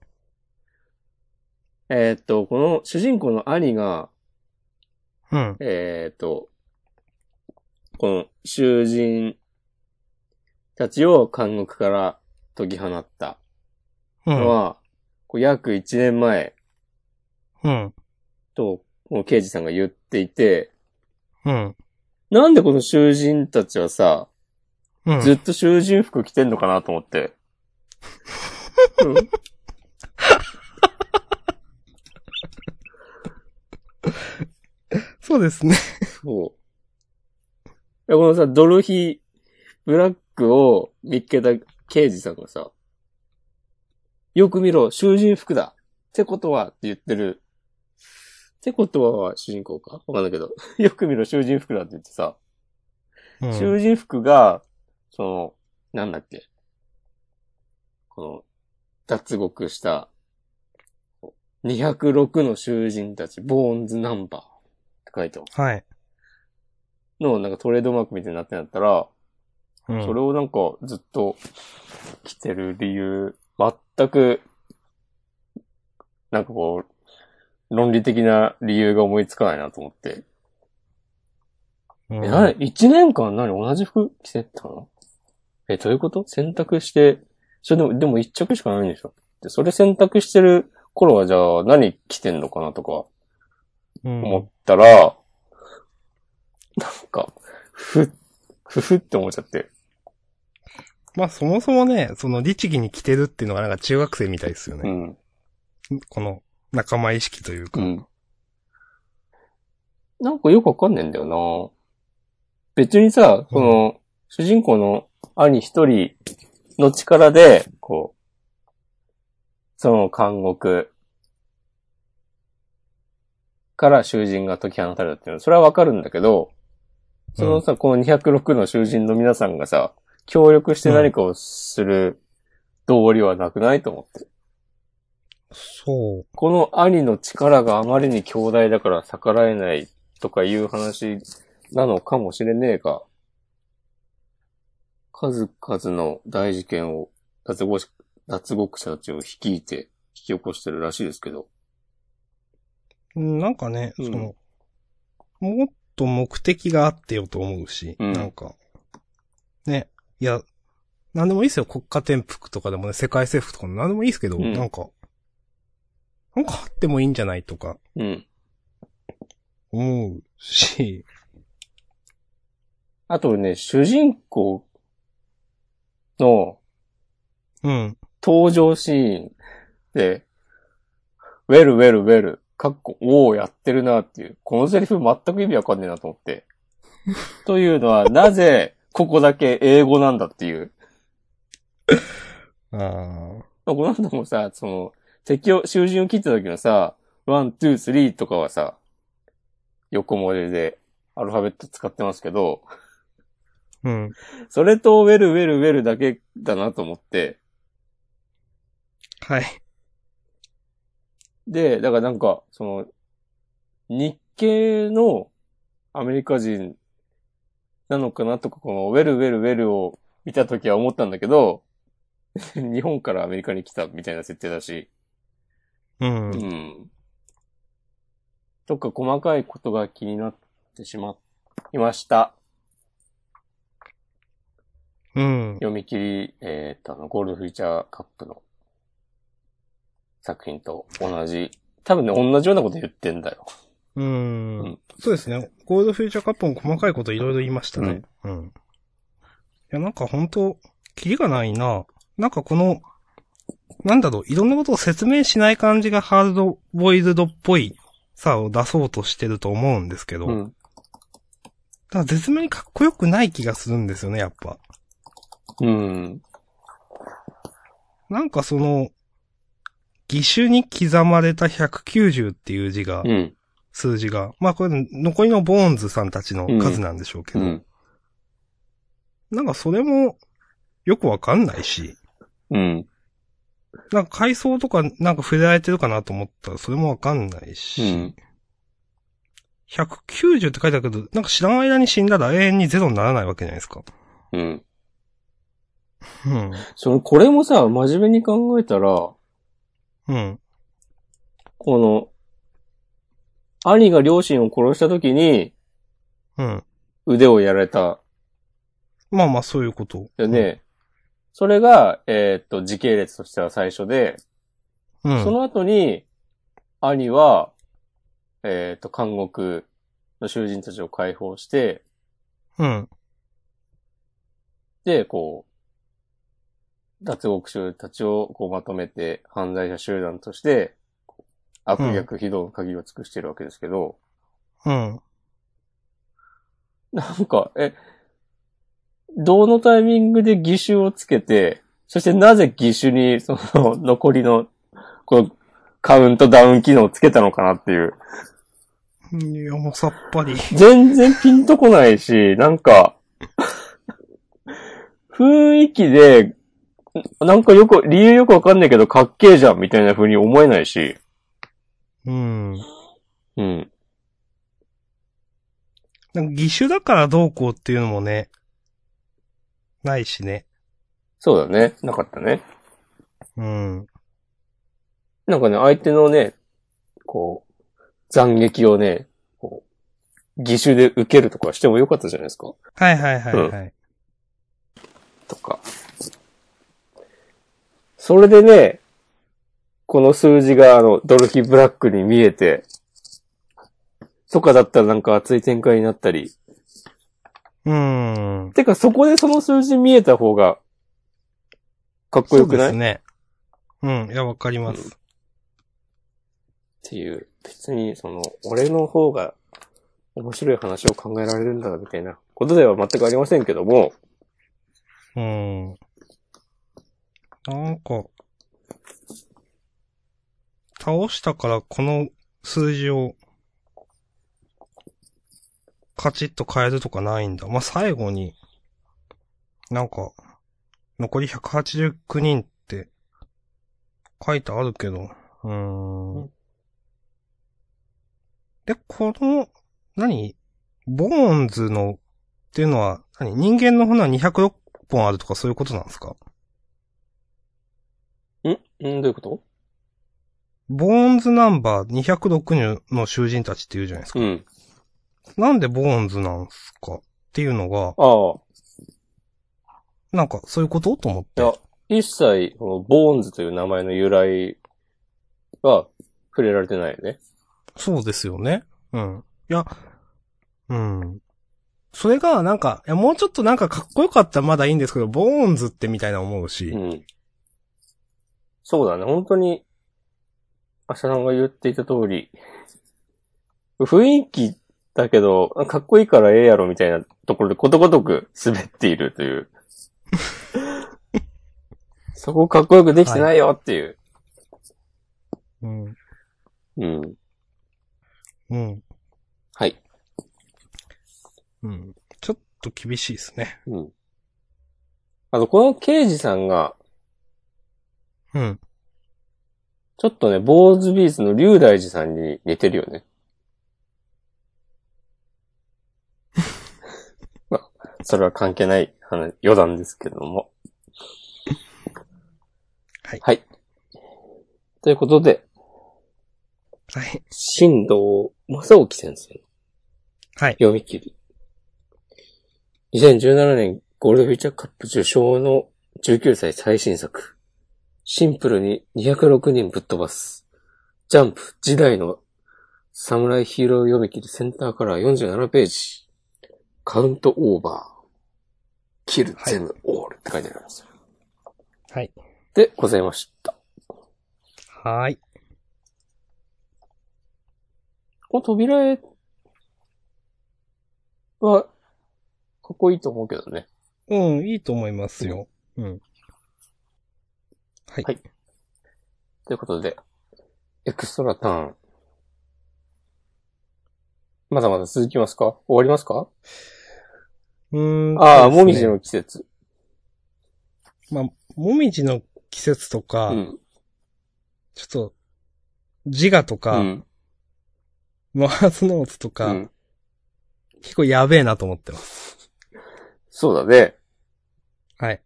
[SPEAKER 1] えーっと、この主人公の兄が、
[SPEAKER 2] うん。
[SPEAKER 1] えーっと、この囚人たちを監獄から解き放った
[SPEAKER 2] う
[SPEAKER 1] の
[SPEAKER 2] ん。
[SPEAKER 1] は、こう約1年前
[SPEAKER 2] うん。
[SPEAKER 1] と、この刑事さんが言っていて、
[SPEAKER 2] うん。
[SPEAKER 1] なんでこの囚人たちはさ、
[SPEAKER 2] うん。
[SPEAKER 1] ずっと囚人服着てんのかなと思って。うん
[SPEAKER 2] そうですね。
[SPEAKER 1] そう。いやこのさ、ドルヒ、ブラックを見つけた刑事さんがさ、よく見ろ、囚人服だってことはって言ってる。ってことは、主人公かわかんないけど。 よく見ろ、囚人服だって言ってさ、
[SPEAKER 2] うん
[SPEAKER 1] 囚人服が、その、なんだっけ。この、脱獄した、206の囚人たち、ボーンズナンバーって書いてある
[SPEAKER 2] はい。
[SPEAKER 1] の、なんかトレードマークみたいになってんだったら、
[SPEAKER 2] うん
[SPEAKER 1] それをなんかずっと着てる理由、全く、なんかこう、論理的な理由が思いつかないなと思って。
[SPEAKER 2] うん
[SPEAKER 1] え、なに、一年間何同じ服着てたのえ、どういうこと選択して、それでも、でも一着しかないんでしょで、それ選択してる頃はじゃあ何着てんのかなとか
[SPEAKER 2] うん
[SPEAKER 1] 思ったら、なんか、ふ、ふふって思っちゃって。
[SPEAKER 2] まあそもそもね、その律儀に着てるっていうのがなんか中学生みたいですよ
[SPEAKER 1] う
[SPEAKER 2] ね。
[SPEAKER 1] ん。
[SPEAKER 2] この仲間意識というか。
[SPEAKER 1] うん。なんかよくわかんねえんだよな別にさ、この、主人公の兄一人の力で、こう、その監獄から囚人が解き放たれたっていうのは、それはわかるんだけど、そのさ、この206の囚人の皆さんがさ、協力して何かをする道理はなくないと思って。
[SPEAKER 2] そう。
[SPEAKER 1] この兄の力があまりに強大だから逆らえないとかいう話なのかもしれねえが、数々の大事件を脱獄し脱獄者たちを率いて引き起こしてるらしいですけど。
[SPEAKER 2] うんなんかね、
[SPEAKER 1] うん
[SPEAKER 2] その、もっと目的があってよと思うし、
[SPEAKER 1] うん
[SPEAKER 2] なんか、ね、いや、なんでもいいですよ。国家転覆とかでもね、世界征服とかもなんでもいいですけど、
[SPEAKER 1] うん
[SPEAKER 2] なんか、なんかあってもいいんじゃないとか
[SPEAKER 1] うん。
[SPEAKER 2] 思うし、
[SPEAKER 1] あとね、主人公の
[SPEAKER 2] うん。
[SPEAKER 1] 登場シーンで、ウェルウェルウェル、かっこ、おおやってるなっていう、このセリフ全く意味わかんねえなと思って。というのは、なぜ、ここだけ英語なんだっていう。
[SPEAKER 2] ああ、
[SPEAKER 1] この後もさ、その、敵を、囚人を切った時のさ、ワン、ツー、スリーとかはさ、横文字でアルファベット使ってますけど、
[SPEAKER 2] うん。
[SPEAKER 1] それとウェルウェルウェルだけだなと思って、
[SPEAKER 2] はい。
[SPEAKER 1] で、だからなんか、その、日系のアメリカ人なのかなとか、このウェルウェルウェルを見たときは思ったんだけど、 日本からアメリカに来たみたいな設定だし、
[SPEAKER 2] うん。
[SPEAKER 1] うん。とか細かいことが気になってしまいました。
[SPEAKER 2] うん。
[SPEAKER 1] 読み切り、えっ、と、あの、ゴールドフューチャーカップの作品と同じ、多分ね、同じようなこと言ってんだよ。
[SPEAKER 2] うん。そうですね。ゴールドフューチャーカップも細かいこといろいろ言いましたね。うん。いや、なんか本当キリがないな。なんかこの、なんだろう、いろんなことを説明しない感じがハードボイルドっぽいさを出そうとしてると思うんですけど、
[SPEAKER 1] うん。
[SPEAKER 2] ただ絶妙にかっこよくない気がするんですよね、やっぱ。
[SPEAKER 1] うん。
[SPEAKER 2] なんかその、義手に刻まれた190っていう字が、
[SPEAKER 1] うん。
[SPEAKER 2] 数字が、まあこれ残りのボーンズさんたちの数なんでしょうけ
[SPEAKER 1] う
[SPEAKER 2] ど、
[SPEAKER 1] ん。
[SPEAKER 2] なんかそれもよくわかんないし、
[SPEAKER 1] うん。
[SPEAKER 2] なんか階層とかなんか触れられてるかなと思ったらそれもわかんないうし、
[SPEAKER 1] ん。
[SPEAKER 2] 190って書いてあるけど、なんか知らん間に死んだら永遠にゼロにならないわけじゃないですか。
[SPEAKER 1] うん。
[SPEAKER 2] うん。
[SPEAKER 1] それ、これもさ、真面目に考えたら、
[SPEAKER 2] うん。
[SPEAKER 1] この、兄が両親を殺した時に
[SPEAKER 2] うん。
[SPEAKER 1] 腕をやられた
[SPEAKER 2] まあまあそういうこと。
[SPEAKER 1] よね。それが、えーっと、時系列としては最初で、
[SPEAKER 2] うん。
[SPEAKER 1] その後に、兄は、えーっと、監獄の囚人たちを解放して、
[SPEAKER 2] うん。
[SPEAKER 1] で、こう、脱獄囚たちをこうまとめて犯罪者集団として、悪逆非道の鍵を尽くしてるわけですけど、
[SPEAKER 2] うん。
[SPEAKER 1] なんか、え、どのタイミングで義手をつけて、そしてなぜ義手に、その、残りの、この、カウントダウン機能をつけたのかなっていう。
[SPEAKER 2] いや、もうさっぱり。
[SPEAKER 1] 全然ピンとこないし、なんか、雰囲気で、なんかよく、理由よくわかんないけど、かっけえじゃんみたいな風に思えないし。
[SPEAKER 2] うん。
[SPEAKER 1] うん。
[SPEAKER 2] なんか義手だからどうこうっていうのもね、ないしね。
[SPEAKER 1] そうだね。なかったね。
[SPEAKER 2] うん。
[SPEAKER 1] なんかね、相手のね、こう、斬撃をね、こう、義手で受けるとかしてもよかったじゃないですか。
[SPEAKER 2] はいはいはいはい。
[SPEAKER 1] とか。それでね、この数字があの、ドルフィーブラックに見えて、とかだったらなんか熱い展開になったり。
[SPEAKER 2] うん。
[SPEAKER 1] てかそこでその数字見えた方が、かっこよくない
[SPEAKER 2] そうですね。うん。いや、わかります。
[SPEAKER 1] っていう。別に、その、俺の方が面白い話を考えられるんだ、みたいなことでは全くありませんけども、
[SPEAKER 2] うん。なんか、倒したからこの数字を、カチッと変えるとかないんだ。まあ、最後に、なんか、残り189人って書いてあるけど、うー。
[SPEAKER 1] うん
[SPEAKER 2] で、この、何ボーンズの、っていうのは、何人間の骨は206本あるとかそういうことなんですか
[SPEAKER 1] んんどういうこと
[SPEAKER 2] ボーンズナンバー206の囚人たちって言うじゃないですか。
[SPEAKER 1] うん。
[SPEAKER 2] なんでボーンズなんすかっていうのが、
[SPEAKER 1] ああ。
[SPEAKER 2] なんかそういうことと思っ
[SPEAKER 1] いや
[SPEAKER 2] て。、
[SPEAKER 1] 一切、このボーンズという名前の由来は触れられてないよね。
[SPEAKER 2] そうですよね。うん。いや、うん。それが、なんか、いや、もうちょっとなんかかっこよかったらまだいいんですけど、ボーンズってみたいな思うし
[SPEAKER 1] う。ん。そうだね、本当に、アシャランが言っていた通り、雰囲気だけど、かっこいいからええやろみたいなところでことごとく滑っているという。 そこかっこよくできてないよっていう。
[SPEAKER 2] うん。
[SPEAKER 1] うん。
[SPEAKER 2] うん。
[SPEAKER 1] はい。
[SPEAKER 2] うん。ちょっと厳しいですね。
[SPEAKER 1] うん。あと、この刑事さんが、
[SPEAKER 2] うん。
[SPEAKER 1] ちょっとね、坊主ビーズの龍大寺さんに似てるよね。それは関係ない話、余談ですけども。
[SPEAKER 2] はい
[SPEAKER 1] はい。ということで、
[SPEAKER 2] はい。
[SPEAKER 1] 新藤正興先生の
[SPEAKER 2] はい。
[SPEAKER 1] 読み切り。2017年ゴールドフィーチャーカップ受賞の19歳最新作。シンプルに206人ぶっ飛ばす。ジャンプ時代の侍ヒーロー読み切りセンターカラー47ページ。カウントオーバー。キル全部オールって書いてあります。
[SPEAKER 2] はい。
[SPEAKER 1] で、ございました。
[SPEAKER 2] はーい。
[SPEAKER 1] この扉絵は、かっこいいと思うけどね。
[SPEAKER 2] うん、いいと思いますよ。うん。はい。
[SPEAKER 1] はいということで、エクストラターン。まだまだ続きますか終わりますか
[SPEAKER 2] うーん。
[SPEAKER 1] ああ、
[SPEAKER 2] そ
[SPEAKER 1] も
[SPEAKER 2] うで
[SPEAKER 1] み
[SPEAKER 2] す
[SPEAKER 1] じ
[SPEAKER 2] ね
[SPEAKER 1] の季節。
[SPEAKER 2] まあ、もみじの季節と
[SPEAKER 1] う
[SPEAKER 2] か、
[SPEAKER 1] ん。
[SPEAKER 2] ちょっと、自我と
[SPEAKER 1] う
[SPEAKER 2] か、
[SPEAKER 1] ん。
[SPEAKER 2] ノーズノーツと
[SPEAKER 1] う
[SPEAKER 2] か、
[SPEAKER 1] ん。
[SPEAKER 2] 結構やべえなと思ってます。
[SPEAKER 1] そうだね。
[SPEAKER 2] はい。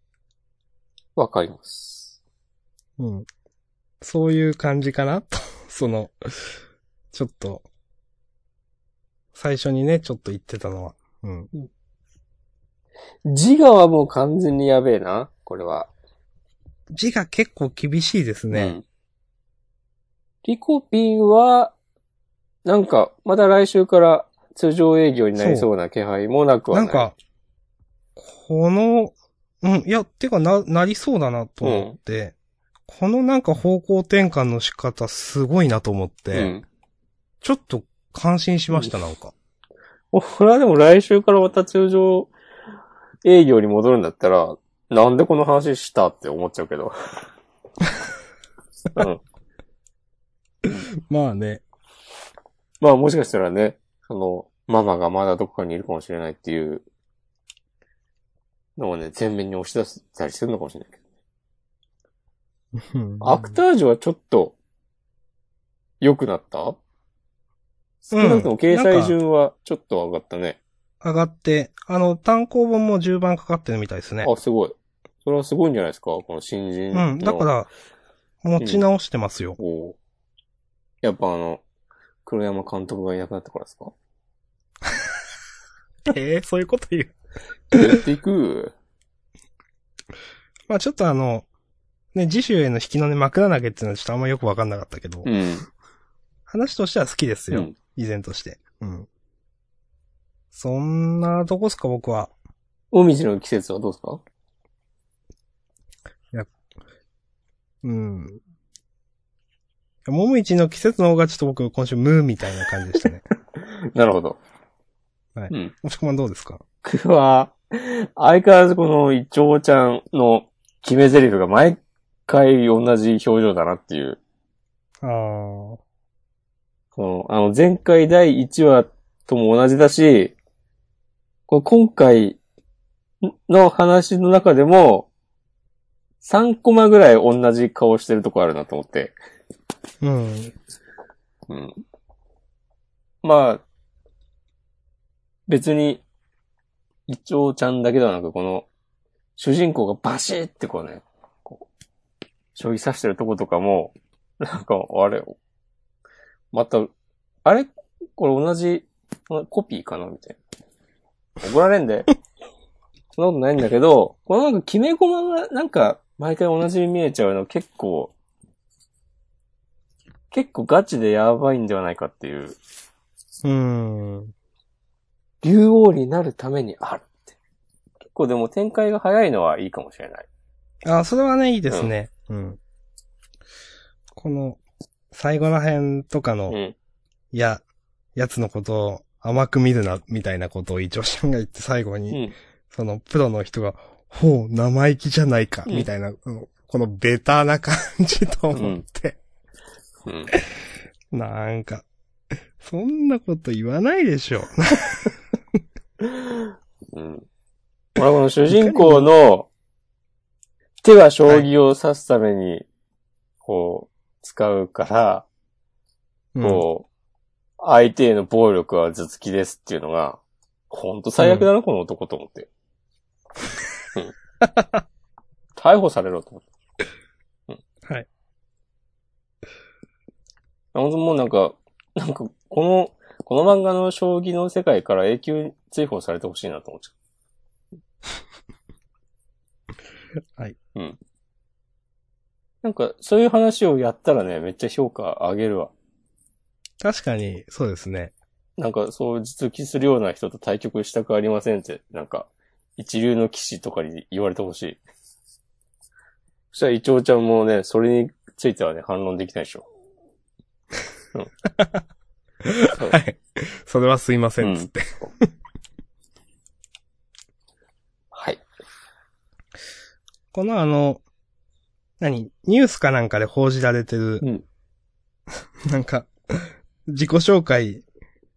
[SPEAKER 1] わかります。
[SPEAKER 2] うん。そういう感じかなと、 その、ちょっと、最初にね、ちょっと言ってたのは。うん。
[SPEAKER 1] 自我はもう完全にやべえな。これは。
[SPEAKER 2] 字が結構厳しいです
[SPEAKER 1] う
[SPEAKER 2] ね。
[SPEAKER 1] ん。リコピンは、なんか、まだ来週から通常営業になりそうな気配もなくは
[SPEAKER 2] な
[SPEAKER 1] ない。
[SPEAKER 2] んか、この、うん、いや、てかな、なりそうだなと思って、このなんか方向転換の仕方すごいなと思って、
[SPEAKER 1] うん。
[SPEAKER 2] ちょっと感心しました、なんか。
[SPEAKER 1] 俺はでも来週からまた通常営業に戻るんだったら、なんでこの話したって思っちゃう けど。うん。
[SPEAKER 2] まあね。
[SPEAKER 1] まあもしかしたらね、その、ママがまだどこかにいるかもしれないっていうのをね、前面に押し出したりするのかもしれないけど。アクタージュはちょっと、良くなった少なくとも掲載順はちょっとは上がったね。
[SPEAKER 2] 上がって、あの、単行本も10番かかってるみたいですね。
[SPEAKER 1] あ、すごい。それはすごいんじゃないですかこの新人
[SPEAKER 2] う
[SPEAKER 1] の。
[SPEAKER 2] ん。だから、持ち直してますよ。
[SPEAKER 1] おうやっぱあの、黒山監督がいなくなったからですか
[SPEAKER 2] ええそういうこと言う。
[SPEAKER 1] やっていく。
[SPEAKER 2] まあちょっとあの、ね、次週への引きのね、枕投げっていうのはちょっとあんまよくわかんなかったけど、
[SPEAKER 1] うん。
[SPEAKER 2] 話としては好きです
[SPEAKER 1] う
[SPEAKER 2] よ。
[SPEAKER 1] ん。
[SPEAKER 2] 依然として。うん。そんなとこっすか、僕は。
[SPEAKER 1] もみじの季節はどうですか
[SPEAKER 2] うん。もみじの季節の方がちょっと僕、今週ムーみたいな感じでした ね。
[SPEAKER 1] なるほど。
[SPEAKER 2] もしくはどうですか
[SPEAKER 1] 僕は、相変わらずこのイチョウちゃんの決め台詞が毎回同じ表情だなっていう。
[SPEAKER 2] ああ。
[SPEAKER 1] この、あの、前回第1話とも同じだし、こう今回の話の中でも、3コマぐらい同じ顔してるとこあるなと思って。
[SPEAKER 2] うん。
[SPEAKER 1] うん。まあ、別に、イチョウちゃんだけではなく、この、主人公がバシッってこうね、こう、将棋指してるとことかも、なんか、あれ、また、あれこれ同じ、コピーかなみたいな。怒られんで。そんなことないんだけど、このなんか決め駒が、なんか、毎回同じに見えちゃうの結構、結構ガチでやばいんではないかっていう。
[SPEAKER 2] うん。
[SPEAKER 1] 竜王になるためにあるって。結構でも展開が早いのはいいかもしれない。
[SPEAKER 2] あ、それはね、いいですね。うん。この、最後ら辺とかの、
[SPEAKER 1] うん。
[SPEAKER 2] いや、やつのことを甘く見るな、みたいなことを一応シャンが言って最後
[SPEAKER 1] う
[SPEAKER 2] に、
[SPEAKER 1] ん。
[SPEAKER 2] そのプロの人が、ほう、生意気じゃないか、
[SPEAKER 1] うん
[SPEAKER 2] みたいな、うんこのベタな感じと思って、
[SPEAKER 1] うん。
[SPEAKER 2] なんか、そんなこと言わないでしょ。
[SPEAKER 1] うん。俺はこの主人公の手が将棋を指すために、こう、使うから、
[SPEAKER 2] うん、
[SPEAKER 1] こう、相手への暴力は頭突きですっていうのが、ほんと最悪だな、この男と思って。逮捕されろと思って。うん
[SPEAKER 2] はい。
[SPEAKER 1] 山本さんもうなんか、なんか、この、この漫画の将棋の世界から永久追放されてほしいなと思っちゃう。
[SPEAKER 2] はい。
[SPEAKER 1] うん。なんか、そういう話をやったらね、めっちゃ評価上げるわ。
[SPEAKER 2] 確かに、そうですね。
[SPEAKER 1] なんか、そう実起するような人と対局したくありませんって、なんか、一流の騎士とかに言われてほしい。そしたら、イチョウちゃんもね、それについてはね、反論できないでしょ。 うん。そう
[SPEAKER 2] はい。それはすいません、つって。
[SPEAKER 1] はい。
[SPEAKER 2] このあの、何ニュースかなんかで報じられてる、
[SPEAKER 1] うん
[SPEAKER 2] なんか、自己紹介、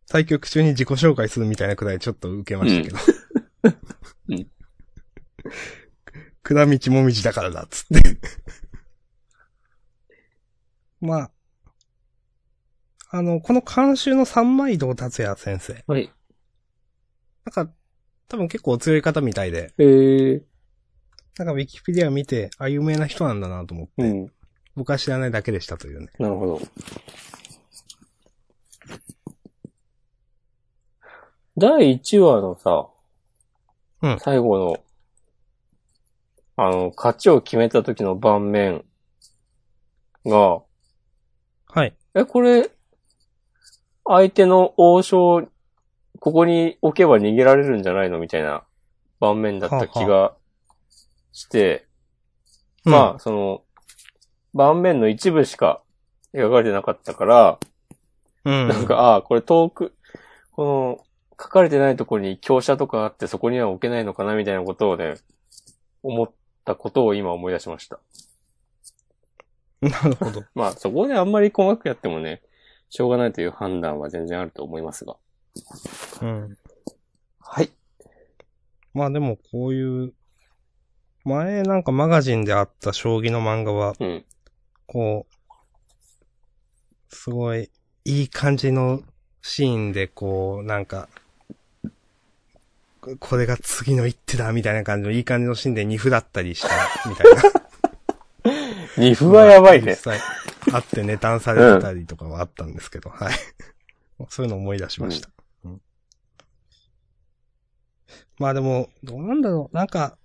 [SPEAKER 2] 対局中に自己紹介するみたいなくらいちょっと受けましたけど。
[SPEAKER 1] うんうん
[SPEAKER 2] 倉道もみじだからだ、つって。 まあ、あの、この監修の三枚堂達也先生。
[SPEAKER 1] はい。
[SPEAKER 2] なんか、多分結構お強い方みたいで、
[SPEAKER 1] えー。
[SPEAKER 2] なんかウィキペディア見て、あ、有名な人なんだなと思って。
[SPEAKER 1] うん。
[SPEAKER 2] 僕は知らないだけでしたというね。
[SPEAKER 1] なるほど。第1話のさ、
[SPEAKER 2] うん
[SPEAKER 1] 最後の、あの、勝ちを決めた時の盤面が、
[SPEAKER 2] はい。
[SPEAKER 1] え、これ、相手の王将、ここに置けば逃げられるんじゃないのみたいな盤面だった気がして、まあ、その、盤面の一部しか描かれてなかったから、
[SPEAKER 2] あ、うん。
[SPEAKER 1] なんか、ああ、これ遠く、この、書かれてないところに強者とかあってそこには置けないのかなみたいなことをね、思ったことを今思い出しました。
[SPEAKER 2] なるほど。
[SPEAKER 1] まあ、そこであんまり細かくやってもね、しょうがないという判断は全然あると思いますが。
[SPEAKER 2] うん。
[SPEAKER 1] はい。
[SPEAKER 2] まあでもこういう、前なんかマガジンであった将棋の漫画は、
[SPEAKER 1] うん。
[SPEAKER 2] こう、すごい、いい感じのシーンで、こう、なんか、ここれが次の一手だ、みたいな感じの、いい感じのシーンで二歩だったりした、みたいな。
[SPEAKER 1] 二歩はやばい
[SPEAKER 2] 実
[SPEAKER 1] ね。
[SPEAKER 2] 際、あってネタンされてたりとかはあったんですけど、はい。 そういうのを思い出しました。うんまあでも、どうなんだろう、なんか、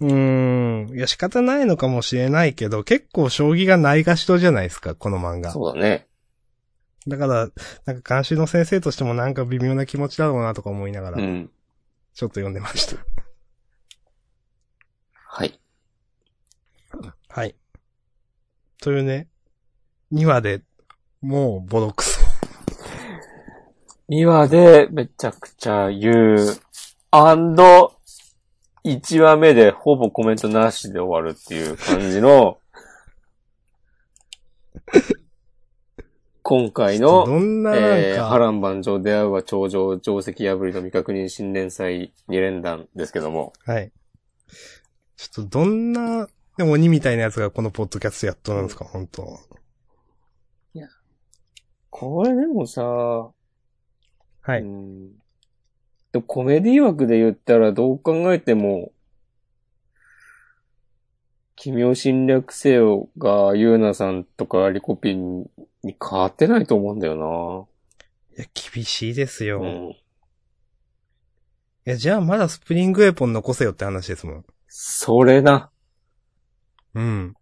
[SPEAKER 2] うーん、いや仕方ないのかもしれないけど、結構将棋がないがしろじゃないですか、この漫画。
[SPEAKER 1] そうだね。
[SPEAKER 2] だから、なんか監修の先生としてもなんか微妙な気持ちだろうなとか思いなが
[SPEAKER 1] う
[SPEAKER 2] ら、ちょっ
[SPEAKER 1] ん。
[SPEAKER 2] と読んでました。
[SPEAKER 1] はい。
[SPEAKER 2] はい。というね、2話で、もうボロクソ。
[SPEAKER 1] 2話でめちゃくちゃ言う。アンド、1話目でほぼコメントなしで終わるっていう感じの、今回の、
[SPEAKER 2] どんななんか、
[SPEAKER 1] えー波乱万丈出会うは頂上、定石破りの未確認新連載2連弾ですけども。
[SPEAKER 2] はい。ちょっとどんな、でも鬼みたいなやつがこのポッドキャストやっとるんですか、本当
[SPEAKER 1] これでもさ、
[SPEAKER 2] は
[SPEAKER 1] う。んでもコメディ枠で言ったらどう考えても、奇妙侵略せよがユーナさんとかリコピンに変わってないと思うんだよ
[SPEAKER 2] いや、厳しいです
[SPEAKER 1] な。
[SPEAKER 2] よ。
[SPEAKER 1] う
[SPEAKER 2] い
[SPEAKER 1] ん。
[SPEAKER 2] や、じゃあまだスプリングエポン残せよって話ですもん。
[SPEAKER 1] それな。
[SPEAKER 2] うん。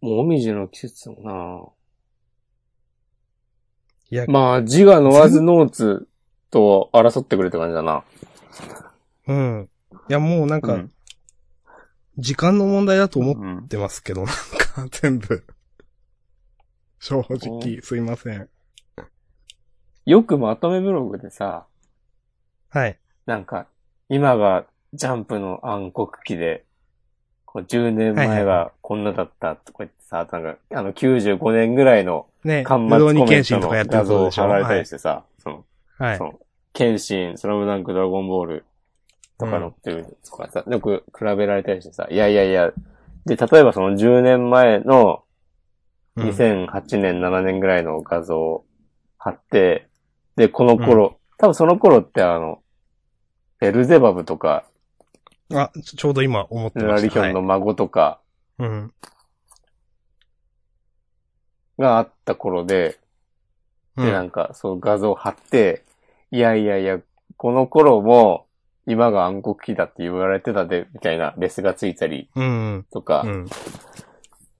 [SPEAKER 1] もみじの季節も
[SPEAKER 2] いや、
[SPEAKER 1] な。まあ、自我のわずノーツと争ってくれって感じだな。
[SPEAKER 2] うん。いや、もうなん
[SPEAKER 1] う
[SPEAKER 2] か
[SPEAKER 1] ん、
[SPEAKER 2] 時間の問題だと思っ
[SPEAKER 1] うん
[SPEAKER 2] てますけど、なんか、全部。正
[SPEAKER 1] う
[SPEAKER 2] 直、すいません。
[SPEAKER 1] よくまとめブログでさ、
[SPEAKER 2] はい。
[SPEAKER 1] なんか、今がジャンプの暗黒期で、こう10年前はこんなだったとか言ってさ、あとなんか、あの95年ぐらいの
[SPEAKER 2] ね、
[SPEAKER 1] 巻
[SPEAKER 2] 武道
[SPEAKER 1] 末
[SPEAKER 2] に
[SPEAKER 1] コメ
[SPEAKER 2] 剣
[SPEAKER 1] ン
[SPEAKER 2] 心
[SPEAKER 1] ト
[SPEAKER 2] とかや
[SPEAKER 1] の
[SPEAKER 2] って
[SPEAKER 1] 画
[SPEAKER 2] るこ
[SPEAKER 1] 像
[SPEAKER 2] と
[SPEAKER 1] を
[SPEAKER 2] でしょ。
[SPEAKER 1] 貼られた
[SPEAKER 2] は
[SPEAKER 1] り
[SPEAKER 2] い
[SPEAKER 1] し。てさ、その、
[SPEAKER 2] はい
[SPEAKER 1] そ。の、剣心、スラムダンク、ドラゴンボールとか載ってるとかさ、よく比べられたりしてさ、いやいやいや、で、例えばその10年前の
[SPEAKER 2] うん
[SPEAKER 1] 2008年、7年ぐらいの画像を貼って、で、この頃、多分その頃ってあの、ベルゼバブとか、
[SPEAKER 2] あ、ちちょうど今思って
[SPEAKER 1] ヌ
[SPEAKER 2] ま
[SPEAKER 1] ラリ
[SPEAKER 2] し
[SPEAKER 1] ヒ
[SPEAKER 2] た。
[SPEAKER 1] ョンの孫とか
[SPEAKER 2] はいうん。
[SPEAKER 1] があった頃で、
[SPEAKER 2] う。
[SPEAKER 1] で、なんんか、その画像を貼って、いやいやいや、この頃も、今が暗黒期だって言われてたで、みたいなレスがついたり
[SPEAKER 2] うん。
[SPEAKER 1] と
[SPEAKER 2] う
[SPEAKER 1] か
[SPEAKER 2] ん。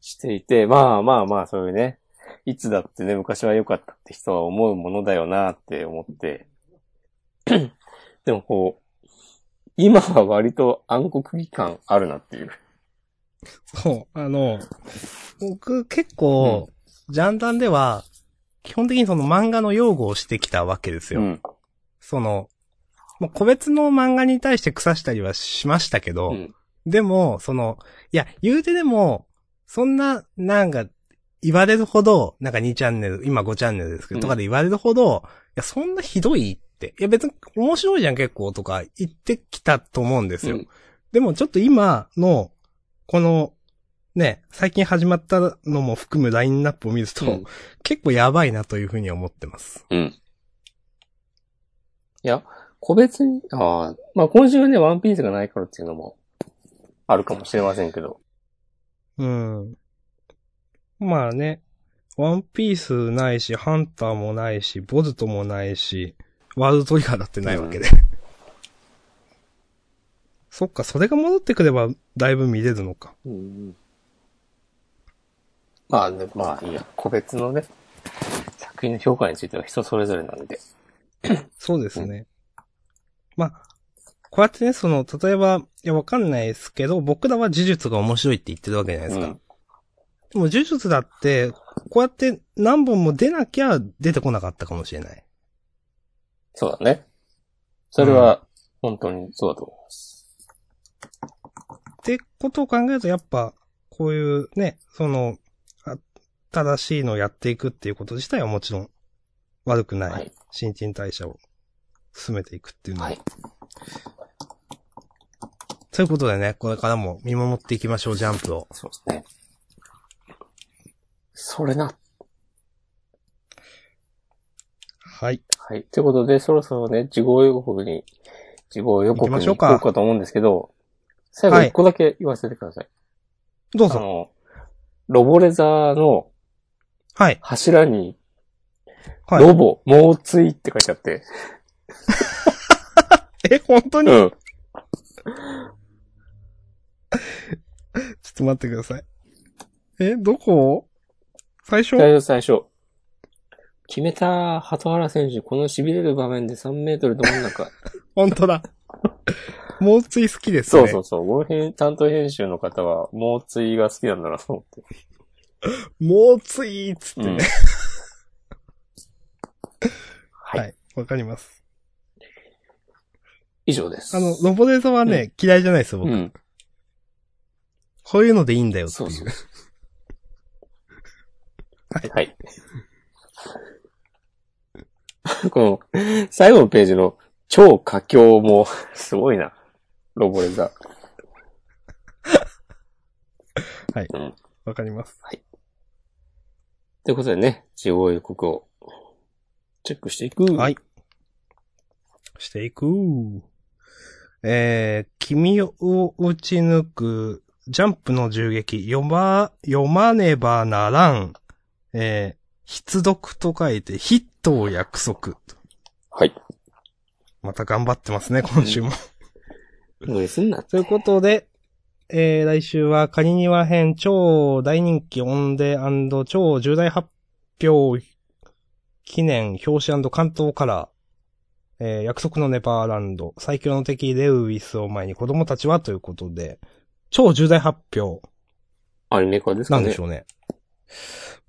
[SPEAKER 1] していて、まあまあまあ、そういうね、いつだってね、昔は良かったって人は思うものだよなって思って、 でもこう、今は割と暗黒期感あるなっていう。
[SPEAKER 2] そう、あの、僕結構、ジャンダンでは、基本的にその漫画の用語をしてきたわけですよ。
[SPEAKER 1] うん。
[SPEAKER 2] その、まあ個別の漫画に対して腐したりはしましたけど、
[SPEAKER 1] うん
[SPEAKER 2] でも、その、いや、言うてでも、そんな、なんか、言われるほど、なんか2チャンネル、今5チャンネルですけど、
[SPEAKER 1] うん
[SPEAKER 2] とかで言われるほど、いや、そんなひどいって、いや別に面白いじゃん結構とか言ってきたと思うんですよ。
[SPEAKER 1] うん
[SPEAKER 2] でもちょっと今の、この、ね、最近始まったのも含むラインナップを見ると、
[SPEAKER 1] うん
[SPEAKER 2] 結構やばいなというふうに思ってます。
[SPEAKER 1] うん。いや、個別に、ああ、まあ今週はね、ワンピースがないからっていうのも、あるかもしれませんけど。
[SPEAKER 2] うん。まあね、ワンピースないし、ハンターもないし、ボルトもないし、ワールドトリガーだってないわけで。そっか、それが戻ってくれば、だいぶ見れるのか。
[SPEAKER 1] うんまあね、まあいいや、個別のね、作品の評価については人それぞれなんで。
[SPEAKER 2] そうですね。まあ、こうやってね、その、例えば、いや、わかんないですけど、僕らは呪術が面白いって言ってるわけじゃないですか。
[SPEAKER 1] うん
[SPEAKER 2] でも呪術だって、こうやって何本も出なきゃ出てこなかったかもしれない。
[SPEAKER 1] そうだね。それは、本当にそうだと思います。
[SPEAKER 2] ってことを考えると、やっぱ、こういうね、その、あ新しいのをやっていくっていうこと自体はもちろん悪くない。
[SPEAKER 1] はい
[SPEAKER 2] 新陳代謝を進めていくっていうのは。
[SPEAKER 1] はい
[SPEAKER 2] ということでね、これからも見守っていきましょう、ジャンプを。
[SPEAKER 1] そうですね。それな。
[SPEAKER 2] はい。
[SPEAKER 1] はい。ということで、そろそろね、事後予告に、事後予告
[SPEAKER 2] 行きま
[SPEAKER 1] に
[SPEAKER 2] し
[SPEAKER 1] 行
[SPEAKER 2] ょうか
[SPEAKER 1] こうかと思うんですけど、最後
[SPEAKER 2] はい
[SPEAKER 1] 一個だけ言わせてください。
[SPEAKER 2] どう
[SPEAKER 1] あ
[SPEAKER 2] ぞ。
[SPEAKER 1] の、ロボレザーの
[SPEAKER 2] はい。
[SPEAKER 1] 柱に、
[SPEAKER 2] はい。
[SPEAKER 1] ロボ、猛追って書いてあって。
[SPEAKER 2] え、本当に、ちょ
[SPEAKER 1] うん。
[SPEAKER 2] っと待ってください。え、どこ最初
[SPEAKER 1] 最初最初。決めた、鳩原選手、この痺れる場面で3メートルど真ん 中。
[SPEAKER 2] 本 当だ。もうつい好きですね。
[SPEAKER 1] そうそうそう。この辺、担当編集の方は、猛追が好きなんだなと思って。
[SPEAKER 2] もうついっつってね。
[SPEAKER 1] はい
[SPEAKER 2] はい。わかります。
[SPEAKER 1] 以上です。
[SPEAKER 2] あの、ロボデーザはね、嫌いじゃないですよ、
[SPEAKER 1] う
[SPEAKER 2] 僕。
[SPEAKER 1] ん。
[SPEAKER 2] こういうのでいいんだよってい
[SPEAKER 1] そう
[SPEAKER 2] う。
[SPEAKER 1] そう。
[SPEAKER 2] はい
[SPEAKER 1] はい。 この、最後のページの、超佳境も、すごいな。ロボレザ
[SPEAKER 2] わかります。
[SPEAKER 1] ということでね、地方予告を、チェックしていく。
[SPEAKER 2] はい。していくえー、君を打ち抜く、ジャンプの銃撃、読ま、読まねばならん、えー、必読と書いて、ヒットを約束。
[SPEAKER 1] はい。
[SPEAKER 2] また頑張ってます ね、今週も。
[SPEAKER 1] 無理すんなって
[SPEAKER 2] ということで、えー、来週は仮には編超大人気オンデ超重大発表記念表紙関東カラー、えー、約束のネパーランド、最強の敵レウィスを前に子供たちはということで、超重大発表、
[SPEAKER 1] アニメ化ですか
[SPEAKER 2] な
[SPEAKER 1] ね。
[SPEAKER 2] んでしょうね。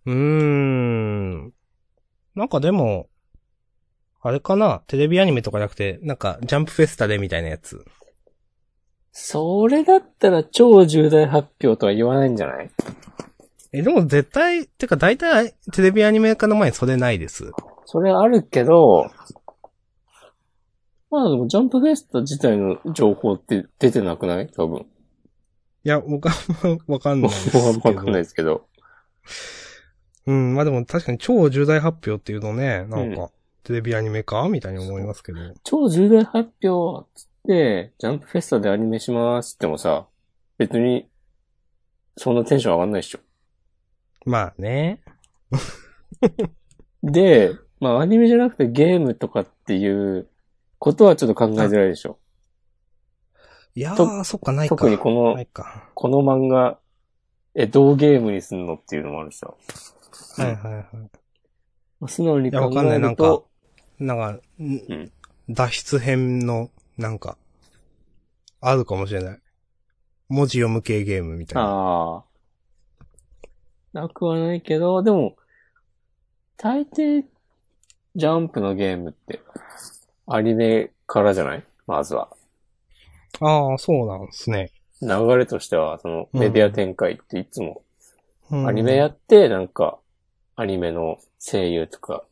[SPEAKER 2] うーん。なんかでも、あれかなテレビアニメとかじゃなくて、なんか、ジャンプフェスタでみたいなやつ。
[SPEAKER 1] それだったら超重大発表とは言わないんじゃない
[SPEAKER 2] え、でも絶対、てか大体テレビアニメ化の前にそれないです。
[SPEAKER 1] それあるけど、まあでもジャンプフェスタ自体の情報って出てなくない多分。
[SPEAKER 2] いや、僕はわかんないですけど。
[SPEAKER 1] わかんないですけど。
[SPEAKER 2] うん、まあでも確かに超重大発表っていうのね、なんか、テレビアニメかみたいに思いますけど。
[SPEAKER 1] 超重大発表つって、ジャンプフェスタでアニメしますってもさ、別に、そんなテンション上がんないでしょ。
[SPEAKER 2] まあね。
[SPEAKER 1] で、まあアニメじゃなくてゲームとかっていうことはちょっと考えづらいでしょ。
[SPEAKER 2] いやー、
[SPEAKER 1] と
[SPEAKER 2] そっか、ないか。
[SPEAKER 1] 特にこの
[SPEAKER 2] ないか。
[SPEAKER 1] この漫画、え、どうゲームにすんのっていうのもあるしさ。
[SPEAKER 2] はいはいはい。
[SPEAKER 1] まあ素直に
[SPEAKER 2] いや、わ
[SPEAKER 1] 考
[SPEAKER 2] かんな
[SPEAKER 1] え
[SPEAKER 2] い。なん
[SPEAKER 1] る
[SPEAKER 2] か
[SPEAKER 1] と、、
[SPEAKER 2] なんか、ん
[SPEAKER 1] ん
[SPEAKER 2] 脱出編の、なんか、あるかもしれない。文字読む系ゲームみたいな。
[SPEAKER 1] ああ。なくはないけど、でも、大抵、ジャンプのゲームって、アニメからじゃないまずは。
[SPEAKER 2] ああ、そうなんですね。
[SPEAKER 1] 流れとしては、その、
[SPEAKER 2] うん
[SPEAKER 1] メディア展開っていつも、
[SPEAKER 2] うん
[SPEAKER 1] アニメやって、なんか、アニメの声優とか、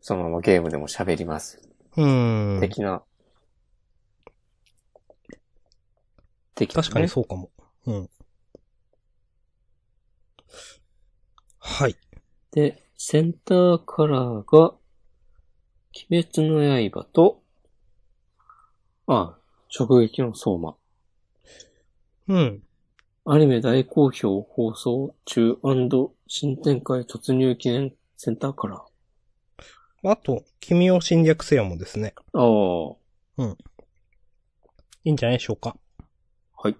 [SPEAKER 1] そのままゲームでも喋ります。
[SPEAKER 2] うん。
[SPEAKER 1] 的な。的なね
[SPEAKER 2] 確かにそうかも。うん。はい。
[SPEAKER 1] で、センターカラーが、鬼滅の刃と、あ、直撃の相馬。
[SPEAKER 2] うん。
[SPEAKER 1] アニメ大好評放送中新展開突入記念センターカラー。
[SPEAKER 2] あと、君を侵略せよもですね。
[SPEAKER 1] ああ、
[SPEAKER 2] いいんじゃないでしょうか。
[SPEAKER 1] はい。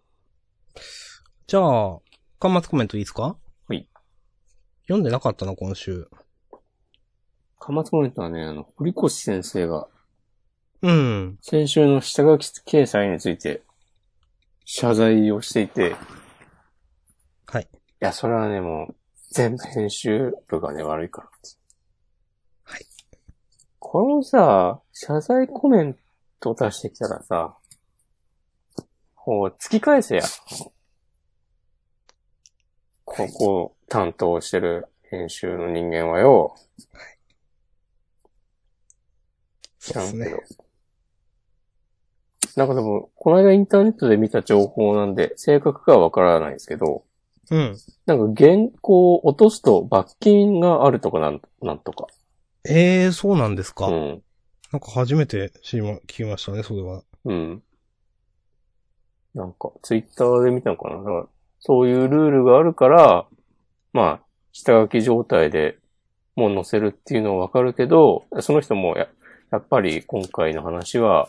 [SPEAKER 2] じゃあ、巻末コメントいいですか
[SPEAKER 1] はい。
[SPEAKER 2] 読んでなかったな、今週。
[SPEAKER 1] かまつもネタはね、あの、堀越先生が、
[SPEAKER 2] うん。
[SPEAKER 1] 先週の下書き掲載について、謝罪をしていて、い
[SPEAKER 2] はい。
[SPEAKER 1] や、それはね、もう、全部編集部がね、悪いから。
[SPEAKER 2] はい。
[SPEAKER 1] このさ、謝罪コメント出してきたらさ、こう、突き返せや。ここを担当してる編集の人間はよ、知
[SPEAKER 2] そ
[SPEAKER 1] ら
[SPEAKER 2] うで
[SPEAKER 1] ん
[SPEAKER 2] す
[SPEAKER 1] けど。
[SPEAKER 2] ね。
[SPEAKER 1] なんかでも、この間インターネットで見た情報なんで、正確かはわからないですけど、
[SPEAKER 2] うん。
[SPEAKER 1] なんか原稿を落とすと罰金があるとかなん、なんとか。
[SPEAKER 2] ええー、そうなんですか。
[SPEAKER 1] うん。
[SPEAKER 2] なんか初めて知りま、聞きましたね、それは。
[SPEAKER 1] うん。なんか、ツイッターで見たのかなだから、そういうルールがあるから、まあ、下書き状態でもう載せるっていうのはわかるけど、その人もや、やっぱり今回の話は、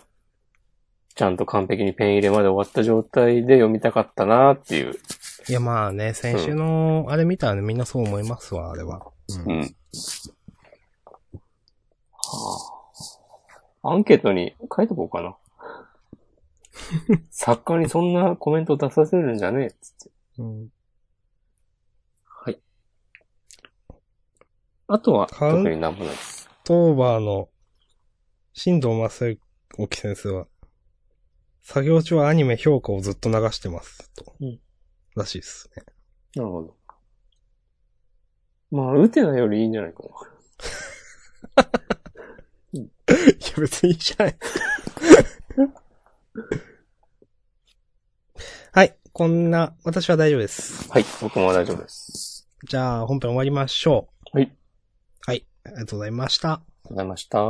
[SPEAKER 1] ちゃんと完璧にペン入れまで終わった状態で読みたかったなっていう。
[SPEAKER 2] いや、まあね、先週の、あれ見たらね、みんなそう思いますわ、あれは。う。
[SPEAKER 1] うんん。アンケートに書いとこうか な。作家にそんなコメント出させるんじゃねえっつって。
[SPEAKER 2] うん、
[SPEAKER 1] あとは、
[SPEAKER 2] 買う
[SPEAKER 1] 特になんもないです。
[SPEAKER 2] トーバーの、新藤正幸先生は、作業中はアニメ評価をずっと流してます、と。
[SPEAKER 1] うん
[SPEAKER 2] らしいですね。
[SPEAKER 1] なるほど。まあ、打てないよりいいんじゃないかな。
[SPEAKER 2] いや、別にいいじゃない。 はい、こんな、私は大丈夫です。
[SPEAKER 1] はい、僕も大丈夫です。
[SPEAKER 2] じゃあ、本編終わりましょ
[SPEAKER 1] はい、あり
[SPEAKER 2] う。はい、ありがとうございました。
[SPEAKER 1] がとうございました。